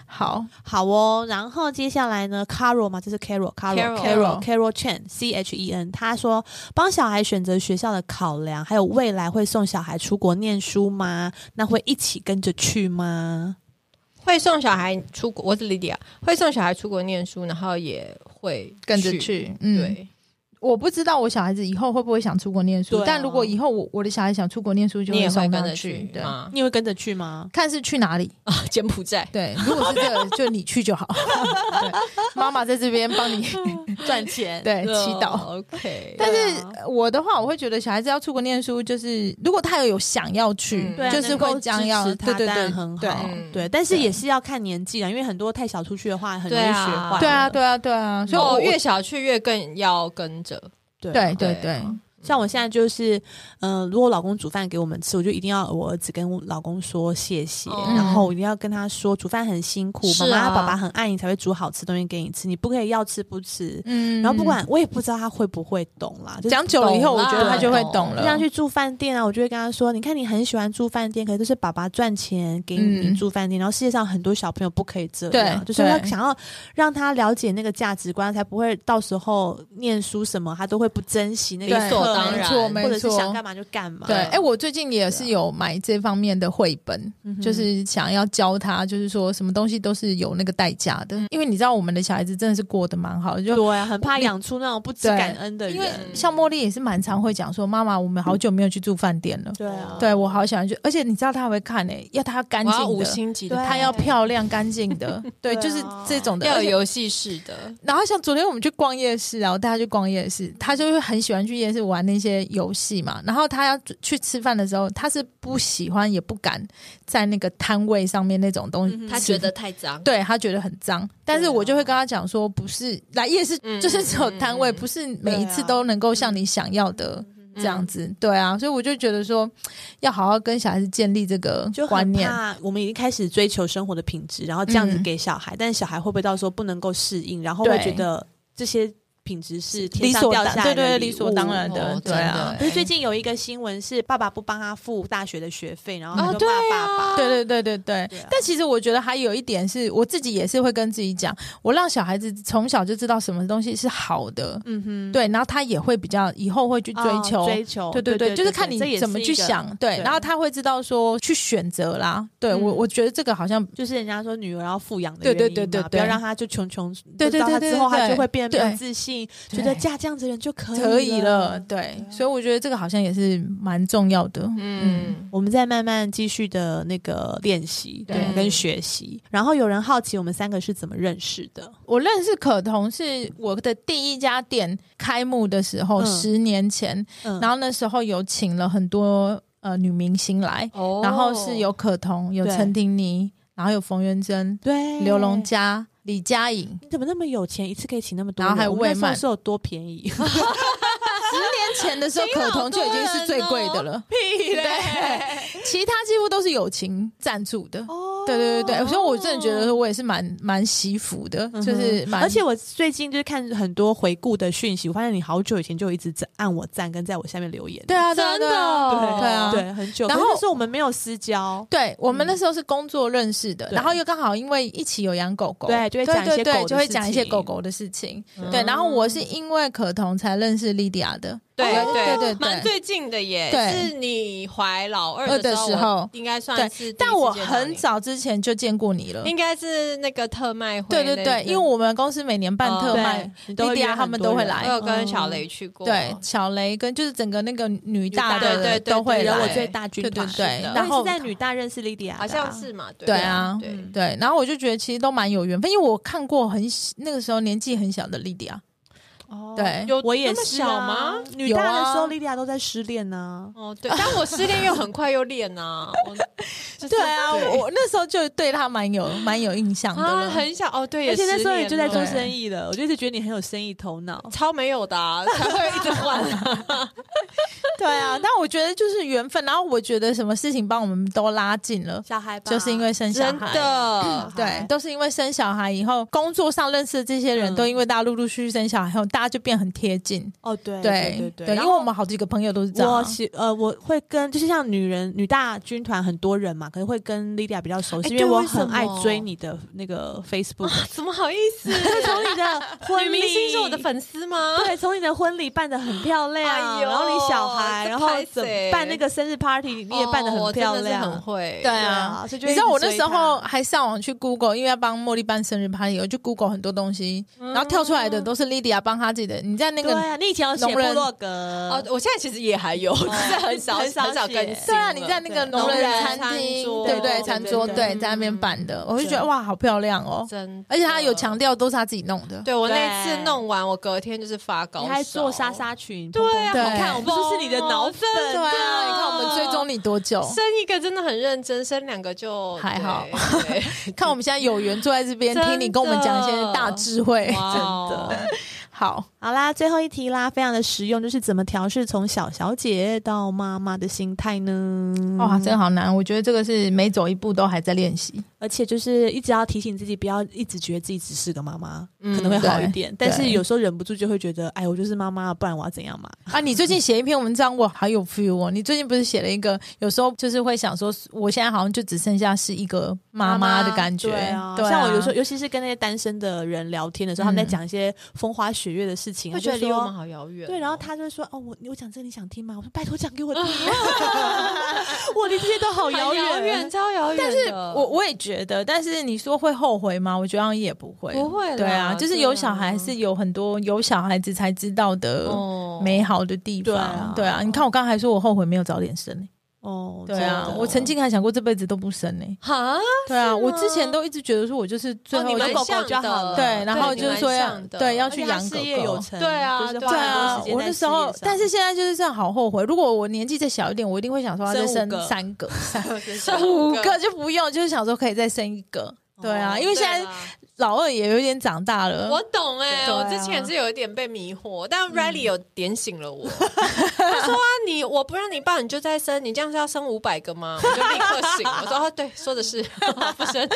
Speaker 2: 好，
Speaker 1: 好哦，然后接下来呢，Carol 嘛，这是 Carol，Carol，Carol，Carol
Speaker 3: Carol 哦
Speaker 1: Carol Chen C H E N，她说帮小孩选择学校的考量，还有未来会送小孩出国念书吗？那会一起跟着去吗？
Speaker 3: 会送小孩出国，我是 Lydia，会送小孩出国念书，然后也会
Speaker 2: 跟着，去。嗯，
Speaker 3: 对，
Speaker 2: 我不知道我小孩子以后会不会想出国念书，
Speaker 1: 对啊
Speaker 2: 但如果以后我我的小孩想出国念书，就
Speaker 3: 你也会
Speaker 2: 送
Speaker 3: 跟
Speaker 2: 他
Speaker 3: 着
Speaker 2: 去。嗯
Speaker 3: 去
Speaker 2: 对，
Speaker 3: 吗？
Speaker 1: 你会跟着去吗？
Speaker 2: 看是去哪里。
Speaker 3: 柬埔寨
Speaker 2: 对，如果是这个，就你去就 好。对妈妈在这边帮你。
Speaker 1: 赚钱
Speaker 2: 对祈祷
Speaker 3: OK，
Speaker 2: 但
Speaker 1: 对
Speaker 2: 是
Speaker 1: 啊
Speaker 2: 呃我的话，我会觉得小孩子要出国念书，就是如果他有想要去
Speaker 3: 嗯，
Speaker 1: 对啊，
Speaker 2: 就是
Speaker 1: 能够
Speaker 2: 会将要
Speaker 1: 支持他
Speaker 2: 对对
Speaker 1: 当然
Speaker 2: 对，
Speaker 1: 很
Speaker 2: 对
Speaker 1: 好
Speaker 3: 嗯
Speaker 1: 对，但是
Speaker 2: 对
Speaker 1: 也是要看年纪啊，因为很多太小出去的话，很容易
Speaker 3: 对
Speaker 1: 学
Speaker 3: 啊
Speaker 1: 坏了。
Speaker 2: 对啊，对啊，对啊。所
Speaker 3: 所
Speaker 2: 以
Speaker 3: 以
Speaker 1: 哦
Speaker 2: 我
Speaker 3: 我越小去越更要跟着，
Speaker 1: 对
Speaker 2: 对
Speaker 1: 啊
Speaker 2: 对
Speaker 3: 对
Speaker 2: 对
Speaker 3: 啊
Speaker 1: 像我现在就是，嗯、如果我老公煮饭给我们吃，我就一定要我儿子跟我老公说谢谢，
Speaker 3: 嗯
Speaker 1: 然后我一定要跟他说煮饭很辛苦，
Speaker 3: 是
Speaker 1: 妈
Speaker 3: 啊
Speaker 1: 妈爸爸很爱你才会煮好吃的东西给你吃，你不可以要吃不吃。
Speaker 2: 嗯
Speaker 1: 然后不管我也不知道他会不会懂啦，就是
Speaker 2: 讲久了以后，我觉得他就会懂
Speaker 1: 就
Speaker 2: 了。
Speaker 1: 像去住饭店啊，我就会跟他说：“你看，你很喜欢住饭店，可是都是爸爸赚钱给你
Speaker 2: 嗯
Speaker 1: 住饭店。然后世界上很多小朋友不可以这样，
Speaker 2: 对
Speaker 1: 就是要
Speaker 2: 对
Speaker 1: 想要让他了解那个价值观，才不会到时候念书什么他都会不珍惜那个
Speaker 2: 对
Speaker 1: 课
Speaker 3: 所当
Speaker 2: 没
Speaker 3: 然，
Speaker 2: 错没
Speaker 1: 或者是想干嘛就干嘛。
Speaker 2: 对，哎、我最近也是有买这方面的绘本，
Speaker 1: 啊嗯
Speaker 2: 就是想要教他，就是说什么东西都是有那个代价的。
Speaker 1: 嗯
Speaker 2: 因为你知道，我们的小孩子真的是过得蛮好的，就
Speaker 1: 对啊，很怕养出那种不知
Speaker 2: 对
Speaker 1: 感恩的
Speaker 2: 因为
Speaker 1: 人。
Speaker 2: 像茉莉也是蛮常会讲说，妈妈，我们好
Speaker 1: 嗯
Speaker 2: 久没有去住饭店了。
Speaker 1: 对啊，
Speaker 2: 对，我好想去，而且你知道他会看诶、欸要他干
Speaker 3: 嗯我要
Speaker 2: 净
Speaker 3: 五
Speaker 2: 的，
Speaker 3: 星级的
Speaker 1: 对，
Speaker 2: 他要漂亮干净 的，对，
Speaker 1: 对啊
Speaker 2: 就是这种的。
Speaker 3: 要
Speaker 2: 而且
Speaker 3: 有游戏室的，
Speaker 2: 然后像昨天我们去逛夜市啊，我带他去逛夜市，他就会很喜欢去夜市玩那些游戏嘛。然后他要去吃饭的时候，他是不喜欢也不敢在那个摊位上面那种东西吃
Speaker 1: 嗯
Speaker 2: 饭，
Speaker 1: 哼
Speaker 3: 他觉得太脏。
Speaker 2: 对他觉得很脏。但是我
Speaker 1: 啊
Speaker 2: 就会跟他讲说，不是来夜市
Speaker 3: 嗯
Speaker 2: 就是只有摊位，
Speaker 3: 嗯嗯嗯
Speaker 2: 不是每一
Speaker 1: 啊
Speaker 2: 次都能够
Speaker 1: 嗯
Speaker 2: 像你想要的这样子。对啊，所以我就觉得说，要好好跟小孩子建立这个
Speaker 1: 就
Speaker 2: 观
Speaker 1: 很
Speaker 2: 念。
Speaker 1: 怕我们已经开始追求生活的品质，然后这样子
Speaker 2: 嗯
Speaker 1: 给小孩，但是小孩会不会到时候不能够适应，然后会
Speaker 2: 对
Speaker 1: 觉得这些品质是天
Speaker 2: 理
Speaker 1: 上
Speaker 2: 所
Speaker 1: 掉
Speaker 2: 当
Speaker 1: 下来
Speaker 2: 对
Speaker 1: 的
Speaker 2: 对对
Speaker 1: 礼
Speaker 2: 理所
Speaker 1: 物
Speaker 2: 当然的
Speaker 3: 哦
Speaker 2: 对啊
Speaker 3: 真的
Speaker 1: 可是最近有一个新闻是爸爸不帮他付大学的学费，然后他
Speaker 3: 哦
Speaker 1: 就
Speaker 3: 对
Speaker 1: 骂
Speaker 3: 啊
Speaker 1: 爸爸。
Speaker 2: 对对对对对
Speaker 1: 对啊，
Speaker 2: 但其实我觉得还有一点是我自己也是会跟自己讲，我让小孩子从小就知道什么东西是好的，
Speaker 1: 嗯哼，
Speaker 2: 对，然后他也会比较以后会去追
Speaker 1: 哦
Speaker 2: 求，
Speaker 1: 追求，
Speaker 2: 对对
Speaker 1: 对
Speaker 2: 对，就是看
Speaker 1: 这也
Speaker 2: 你
Speaker 1: 是
Speaker 2: 怎么去
Speaker 1: 一个。
Speaker 2: 想，对，
Speaker 1: 对
Speaker 2: 然后他会知道说去选择啦，对
Speaker 1: 嗯
Speaker 2: 我我觉得这个好像
Speaker 1: 就是人家说女儿要富养的
Speaker 2: 对对
Speaker 1: 原因
Speaker 2: 对对
Speaker 1: 嘛不
Speaker 2: 对
Speaker 1: 要让她就穷穷，
Speaker 2: 对对
Speaker 1: 就到她
Speaker 2: 对对
Speaker 1: 之后
Speaker 2: 对
Speaker 1: 她就
Speaker 2: 对
Speaker 1: 会变得没有
Speaker 2: 对
Speaker 1: 自信，
Speaker 2: 对
Speaker 1: 觉得嫁这样子的人就可以
Speaker 2: 可以了，
Speaker 1: 了。
Speaker 2: 对，所以我觉得这个好像也是蛮重要的，
Speaker 3: 嗯，
Speaker 1: 我们再慢慢继续的那个练习，
Speaker 2: 对
Speaker 1: 对，跟学习。然后有人好奇我们三个是怎么认识的，
Speaker 2: 我认识可彤是我的第一家店开幕的时候，
Speaker 1: 嗯
Speaker 2: 十年前，
Speaker 1: 嗯，
Speaker 2: 然后那时候有请了很多呃女明星来，
Speaker 3: 哦
Speaker 2: 然后是有可彤、有
Speaker 1: 对
Speaker 2: 陈婷妮，然后有冯元珍、
Speaker 1: 对
Speaker 2: 刘龙，佳、李佳颖。
Speaker 1: 你怎么那么有钱，一次可以请那么多人？
Speaker 2: 然后还有
Speaker 1: 我们那
Speaker 2: 魏
Speaker 1: 时候
Speaker 2: 曼
Speaker 1: 是有多便宜？
Speaker 2: 十年前的时候，可彤就已经是最贵的了，
Speaker 3: 屁嘞，
Speaker 2: 对，其他几乎都是友情赞助的。
Speaker 1: 哦
Speaker 2: 对对对对，所以我真的觉得说我也是蛮蛮惜福的，
Speaker 1: 嗯哼
Speaker 2: 就是 蛮
Speaker 1: 而且我最近就是看很多回顾的讯息，我发现你好久以前就一直在按我赞，跟在我下面留言。
Speaker 2: 对啊，对啊
Speaker 3: 真的
Speaker 2: 对啊
Speaker 3: 哦，
Speaker 2: 对啊，
Speaker 1: 对，很久。
Speaker 2: 然后
Speaker 1: 可是那时候我们没有私交，
Speaker 2: 对我们那时候是工作认识的，
Speaker 1: 对
Speaker 2: 然后又刚好因为一起有养狗狗，
Speaker 1: 对就会讲一些
Speaker 2: 对对
Speaker 1: 狗
Speaker 2: 对
Speaker 1: 的
Speaker 2: 就会讲一些
Speaker 1: 事情
Speaker 2: 狗狗的事情。
Speaker 3: 嗯
Speaker 2: 对，然后我是因为可彤才认识莉迪亚的，
Speaker 3: 对
Speaker 2: 对哦对对
Speaker 3: 蛮最近的耶，
Speaker 2: 对
Speaker 3: 是你怀老二
Speaker 2: 二的
Speaker 3: 时
Speaker 2: 时候
Speaker 3: 应该算
Speaker 2: 对
Speaker 3: 是第一次见到
Speaker 2: 但
Speaker 3: 你，
Speaker 2: 我很早之前就见过你了。
Speaker 3: 应该是那个特卖会
Speaker 2: 对
Speaker 3: 那，
Speaker 2: 对对，因为我们公司每年办特卖
Speaker 1: 哦对，你都
Speaker 2: 莉
Speaker 1: 会
Speaker 2: 迪
Speaker 1: 约
Speaker 2: 亚他
Speaker 1: 很
Speaker 2: 们
Speaker 1: 多
Speaker 2: 都会
Speaker 1: 人
Speaker 2: 来
Speaker 3: 我。有呃跟小
Speaker 1: 哦
Speaker 3: 雷去过，
Speaker 2: 对，小雷跟就是整个那个女大
Speaker 1: 女大
Speaker 2: 的
Speaker 1: 对对
Speaker 3: 对
Speaker 2: 都会
Speaker 3: 对
Speaker 1: 有
Speaker 2: 来。
Speaker 1: 我最大军团，
Speaker 2: 对对对
Speaker 1: 是的
Speaker 2: 然后
Speaker 1: 我也是在女大认识莉迪亚的啊，
Speaker 3: 好像是嘛，对
Speaker 2: 对
Speaker 3: 吧
Speaker 2: 啊
Speaker 3: 对。
Speaker 1: 嗯
Speaker 2: 对，然后我就觉得其实都蛮有缘分，因为我看过很小那个时候年纪很小的莉迪亚，
Speaker 1: 哦
Speaker 2: 对
Speaker 3: 有
Speaker 1: 我也
Speaker 3: 那么
Speaker 1: 是
Speaker 3: 小
Speaker 1: 啊
Speaker 3: 吗？
Speaker 1: 女
Speaker 2: 有
Speaker 1: 大的
Speaker 2: 啊
Speaker 1: 时候，莉迪亚都在失恋呢。
Speaker 3: 哦，对，但我失恋又很快又练啊， 我就是
Speaker 2: 对啊，我我那时候就对他蛮有蛮有印象的
Speaker 3: 啊
Speaker 2: 了。
Speaker 3: 很小哦，对，
Speaker 1: 而且那时候
Speaker 3: 也
Speaker 1: 也
Speaker 3: 失
Speaker 1: 就
Speaker 3: 恋
Speaker 1: 在
Speaker 3: 了
Speaker 1: 做生意了，我就一直觉得你很有生意头脑。
Speaker 3: 超没有 的啊，才会一直换啊。
Speaker 2: 对啊，但我觉得就是缘分，然后我觉得什么事情帮我们都拉近了，
Speaker 1: 小孩吧
Speaker 2: 就是因为生小
Speaker 3: 真
Speaker 2: 孩。
Speaker 3: 的，
Speaker 2: 对，都是因为生小孩以后，工作上认识的这些人、
Speaker 1: 嗯
Speaker 2: 都因为大家陆陆续续生小孩后，大家就变很贴近。
Speaker 1: 哦，对
Speaker 2: 对
Speaker 1: 对对，
Speaker 2: 因
Speaker 1: 然
Speaker 2: 为
Speaker 1: 后
Speaker 2: 我们好几个朋友都是这样啊、
Speaker 1: 我喜呃，我会跟就是像女人女大军团很多人嘛，可能会跟 Lydia 比较熟悉，
Speaker 3: 哎
Speaker 1: 因为
Speaker 3: 对
Speaker 1: 我
Speaker 3: 为什
Speaker 1: 很爱
Speaker 3: 么
Speaker 1: 追你的那个 Facebook，
Speaker 3: 怎么好意思？
Speaker 1: 从你的婚
Speaker 3: 女
Speaker 1: 礼，
Speaker 3: 明星是我的粉丝吗？
Speaker 1: 对，从你的婚礼办的很漂亮，
Speaker 3: 哎呦
Speaker 1: 然后你小孩，
Speaker 3: 这
Speaker 1: 然后
Speaker 3: 拍
Speaker 1: 怎
Speaker 3: 谁
Speaker 1: 办那个生日 party，你也办的
Speaker 3: 哦
Speaker 1: 很
Speaker 3: 我真的
Speaker 1: 漂亮，
Speaker 3: 是很会。
Speaker 2: 对
Speaker 1: 啊
Speaker 2: 啊，
Speaker 1: 所以就
Speaker 2: 你知道
Speaker 1: 一直
Speaker 2: 我那
Speaker 1: 追
Speaker 2: 时候
Speaker 1: 他
Speaker 2: 还上网去 Google，因为要帮茉莉办生日 party，我就 Google 很多东西，然后跳出来的都是 Lydia 帮她自己的。你在那
Speaker 1: 对
Speaker 2: 个
Speaker 1: 啊，你以前有写
Speaker 2: 农
Speaker 1: 部
Speaker 2: 人
Speaker 1: 落格
Speaker 3: 哦，我现在其实也还
Speaker 2: 哦
Speaker 3: 有，只是很少
Speaker 1: 很
Speaker 3: 很
Speaker 1: 少
Speaker 3: 少
Speaker 1: 写
Speaker 3: 更新了。
Speaker 2: 对啊，你在那个
Speaker 1: 对
Speaker 2: 农
Speaker 3: 农人
Speaker 2: 人餐
Speaker 3: 餐
Speaker 2: 厅，
Speaker 3: 桌
Speaker 2: 对不对？
Speaker 1: 对
Speaker 2: 餐
Speaker 1: 对
Speaker 2: 桌
Speaker 1: 对
Speaker 2: 对，
Speaker 1: 对
Speaker 2: 在那边办的，我就觉得
Speaker 1: 对
Speaker 2: 哇，好漂亮哦！
Speaker 3: 真的，
Speaker 2: 而且他有强调都是他自己弄的，
Speaker 3: 对我那
Speaker 1: 对
Speaker 3: 次弄完，我隔天就是发高烧，
Speaker 1: 你还做纱纱裙，
Speaker 3: 对啊，
Speaker 2: 对
Speaker 3: 好看，我
Speaker 1: 我
Speaker 3: 们
Speaker 1: 们就是你的脑粉，
Speaker 3: 真的
Speaker 2: 对啊，你看我们追踪你多久？
Speaker 3: 生一个真的很认真，生两个就
Speaker 2: 还好，
Speaker 3: 对
Speaker 2: 看我们现在有缘坐在这边
Speaker 3: 真
Speaker 2: 听你跟我们讲一些
Speaker 3: 的
Speaker 2: 大智慧
Speaker 3: 对。哇
Speaker 1: 真的
Speaker 3: 哦，
Speaker 2: 好，
Speaker 1: 好啦，最后一题啦，非常的实用，就是怎么调试从小小姐到妈妈的心态呢？
Speaker 2: 哇，真哦好难，我觉得这个是每走一步都还在练习。
Speaker 1: 而且就是一直要提醒自己，不要一直觉得自己只是个妈妈，可能会好一点。
Speaker 2: 嗯对
Speaker 1: 但是有时候忍不住就会觉得，哎，我就是妈妈，不然我要怎样嘛？
Speaker 2: 啊，你最近写一篇文章，我好有 feel 哦。你最近不是写了一个，有时候就是会想说，我现在好像就只剩下是一个妈妈的感觉。
Speaker 1: 啊
Speaker 2: 啊
Speaker 1: 对啊，像我有时候，尤其是跟那些单身的人聊天的时候，他们在讲一些风花雪学院的事情，
Speaker 3: 会
Speaker 1: 他就
Speaker 3: 觉得离我们
Speaker 1: 说。
Speaker 3: 好遥远哦。
Speaker 1: 对，然后他就说：“哦，我我讲这个你想听吗？”我说：“拜托讲给我听， 我离这些都好
Speaker 3: 好
Speaker 1: 遥
Speaker 3: 遥远，超遥远的。但是
Speaker 2: 我我也觉得，但是你说会后悔吗？我觉得也不会，
Speaker 3: 不会啦
Speaker 2: 对啊，就是有小孩
Speaker 3: 对啊
Speaker 2: 是有很多有小孩子才知道的
Speaker 3: 哦
Speaker 2: 美好的地方，
Speaker 1: 对啊
Speaker 2: 对啊。你看我刚才还说我后悔没有早点生，
Speaker 1: 哦，
Speaker 2: 对啊
Speaker 1: 真，的
Speaker 2: 我曾经还想过这辈子都不生呢。
Speaker 3: 哈，
Speaker 2: 对啊，我之前都一直觉得说我就是最
Speaker 3: 哦，
Speaker 2: 后
Speaker 3: 你
Speaker 2: 就
Speaker 3: 蛮
Speaker 1: 狗狗
Speaker 3: 像
Speaker 1: 就好了
Speaker 3: 的，
Speaker 2: 对，然后
Speaker 3: 你
Speaker 2: 就是
Speaker 3: 蛮
Speaker 2: 说要
Speaker 3: 像的
Speaker 2: 对要
Speaker 1: 而且
Speaker 2: 去
Speaker 1: 他
Speaker 2: 养狗
Speaker 1: 事业有
Speaker 2: 狗。
Speaker 1: 成，
Speaker 3: 对啊
Speaker 1: 就是
Speaker 3: 对
Speaker 1: 花
Speaker 2: 对
Speaker 1: 很多
Speaker 2: 啊
Speaker 1: 时，间
Speaker 2: 我
Speaker 1: 在
Speaker 2: 那
Speaker 1: 事
Speaker 2: 时
Speaker 1: 业
Speaker 2: 候，
Speaker 1: 上
Speaker 2: 但是现在就是这样好后悔。如果我年纪再小一点，我一定会想说要啊再
Speaker 1: 生五
Speaker 2: 生
Speaker 1: 个
Speaker 2: 三个、 三
Speaker 3: 生
Speaker 2: 五
Speaker 3: 五
Speaker 2: 个就不用，就是想说可以再生一个。对啊，
Speaker 1: 哦
Speaker 2: 因为现在老二也有点长大了。
Speaker 3: 我懂哎、
Speaker 2: 对啊
Speaker 3: 我之前也是有一点被迷惑，但 Riley 有点醒了我。他说啊，你我不让你抱，你就再生，你这样是要生五百个吗？我就立刻醒了，我说哦，对，说的是 不生。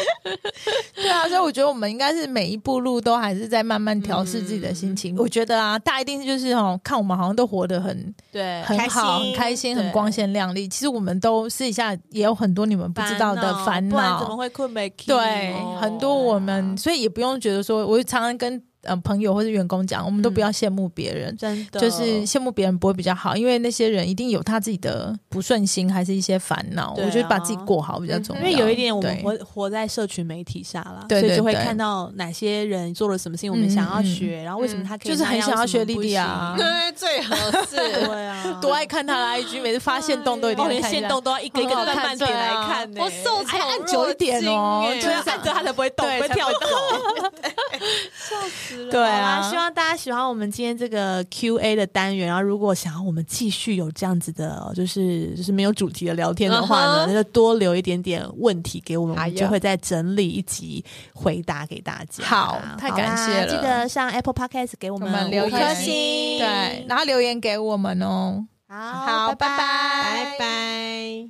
Speaker 2: 对啊，所以我觉得我们应该是每一步路都还是在慢慢调试自己的心情。我觉得啊，大家一定就是哦，看我们好像都活得很
Speaker 1: 对
Speaker 2: 很好、
Speaker 3: 开心
Speaker 2: 很开心、
Speaker 1: 对
Speaker 2: 很光鲜亮丽。其实我们都私底下也有很多你们不知道的烦
Speaker 1: 不然怎么
Speaker 2: 恼，
Speaker 1: 会困没？
Speaker 2: 对，
Speaker 3: 哦
Speaker 2: 很多我们，所以也不用觉得说，我常常跟呃朋友或是员工讲，我们都不要羡慕别人。
Speaker 1: 真的
Speaker 2: 就是羡慕别人不会比较好，因为那些人一定有他自己的不顺心，还是一些烦恼。
Speaker 1: 对啊
Speaker 2: 我觉得把自己过好比较重要。
Speaker 1: 因为有一点，我们
Speaker 2: 对
Speaker 1: 活活在社群媒体下啦，
Speaker 2: 对对
Speaker 1: 所以就会
Speaker 2: 对嗯
Speaker 1: 看到哪些人做了什么事情，我们想要学，然后为什么他可以
Speaker 2: 就是
Speaker 1: 那
Speaker 2: 很
Speaker 1: 样
Speaker 2: 想要学莉
Speaker 1: 为什么不
Speaker 2: 莉啊
Speaker 1: 行
Speaker 3: 对，最合适。
Speaker 1: 对啊，
Speaker 2: 多爱看他的 IG，每次发现动都一定
Speaker 1: 哦，
Speaker 2: 要
Speaker 1: 连
Speaker 2: 看一
Speaker 1: 线
Speaker 2: 下
Speaker 1: 动都要一个一个
Speaker 2: 很好
Speaker 1: 慢
Speaker 2: 看
Speaker 1: 慢点
Speaker 2: 对
Speaker 1: 来
Speaker 2: 啊
Speaker 1: 看呢，
Speaker 3: 我受
Speaker 2: 哎
Speaker 3: 宠
Speaker 2: 按
Speaker 3: 若
Speaker 2: 久一点哦
Speaker 3: 惊哎
Speaker 1: 就
Speaker 2: 真
Speaker 1: 是
Speaker 2: 的
Speaker 1: 按着它才不会动，
Speaker 2: 对
Speaker 1: 不会跳
Speaker 2: 才不
Speaker 1: 走。
Speaker 2: 对
Speaker 1: 好啦
Speaker 2: 啊，
Speaker 1: 希望大家喜欢我们今天这个 Q A 的单元。然后，如果想要我们继续有这样子的，哦就是就是没有主题的聊天的话呢
Speaker 3: 嗯
Speaker 1: 那
Speaker 3: 哼
Speaker 1: 就多留一点点问题给我们，我
Speaker 3: 哎
Speaker 1: 们
Speaker 3: 呀
Speaker 1: 就会再整理一集回答给大家。
Speaker 2: 好太
Speaker 1: 好啦
Speaker 2: 感谢了
Speaker 1: 记得上 Apple Podcast 给我
Speaker 2: 我们
Speaker 1: 们
Speaker 2: 留
Speaker 1: 五颗
Speaker 2: 言
Speaker 1: 星。
Speaker 2: 对，，然后留言给我们哦。
Speaker 1: 好，
Speaker 2: 好拜拜
Speaker 3: 拜拜。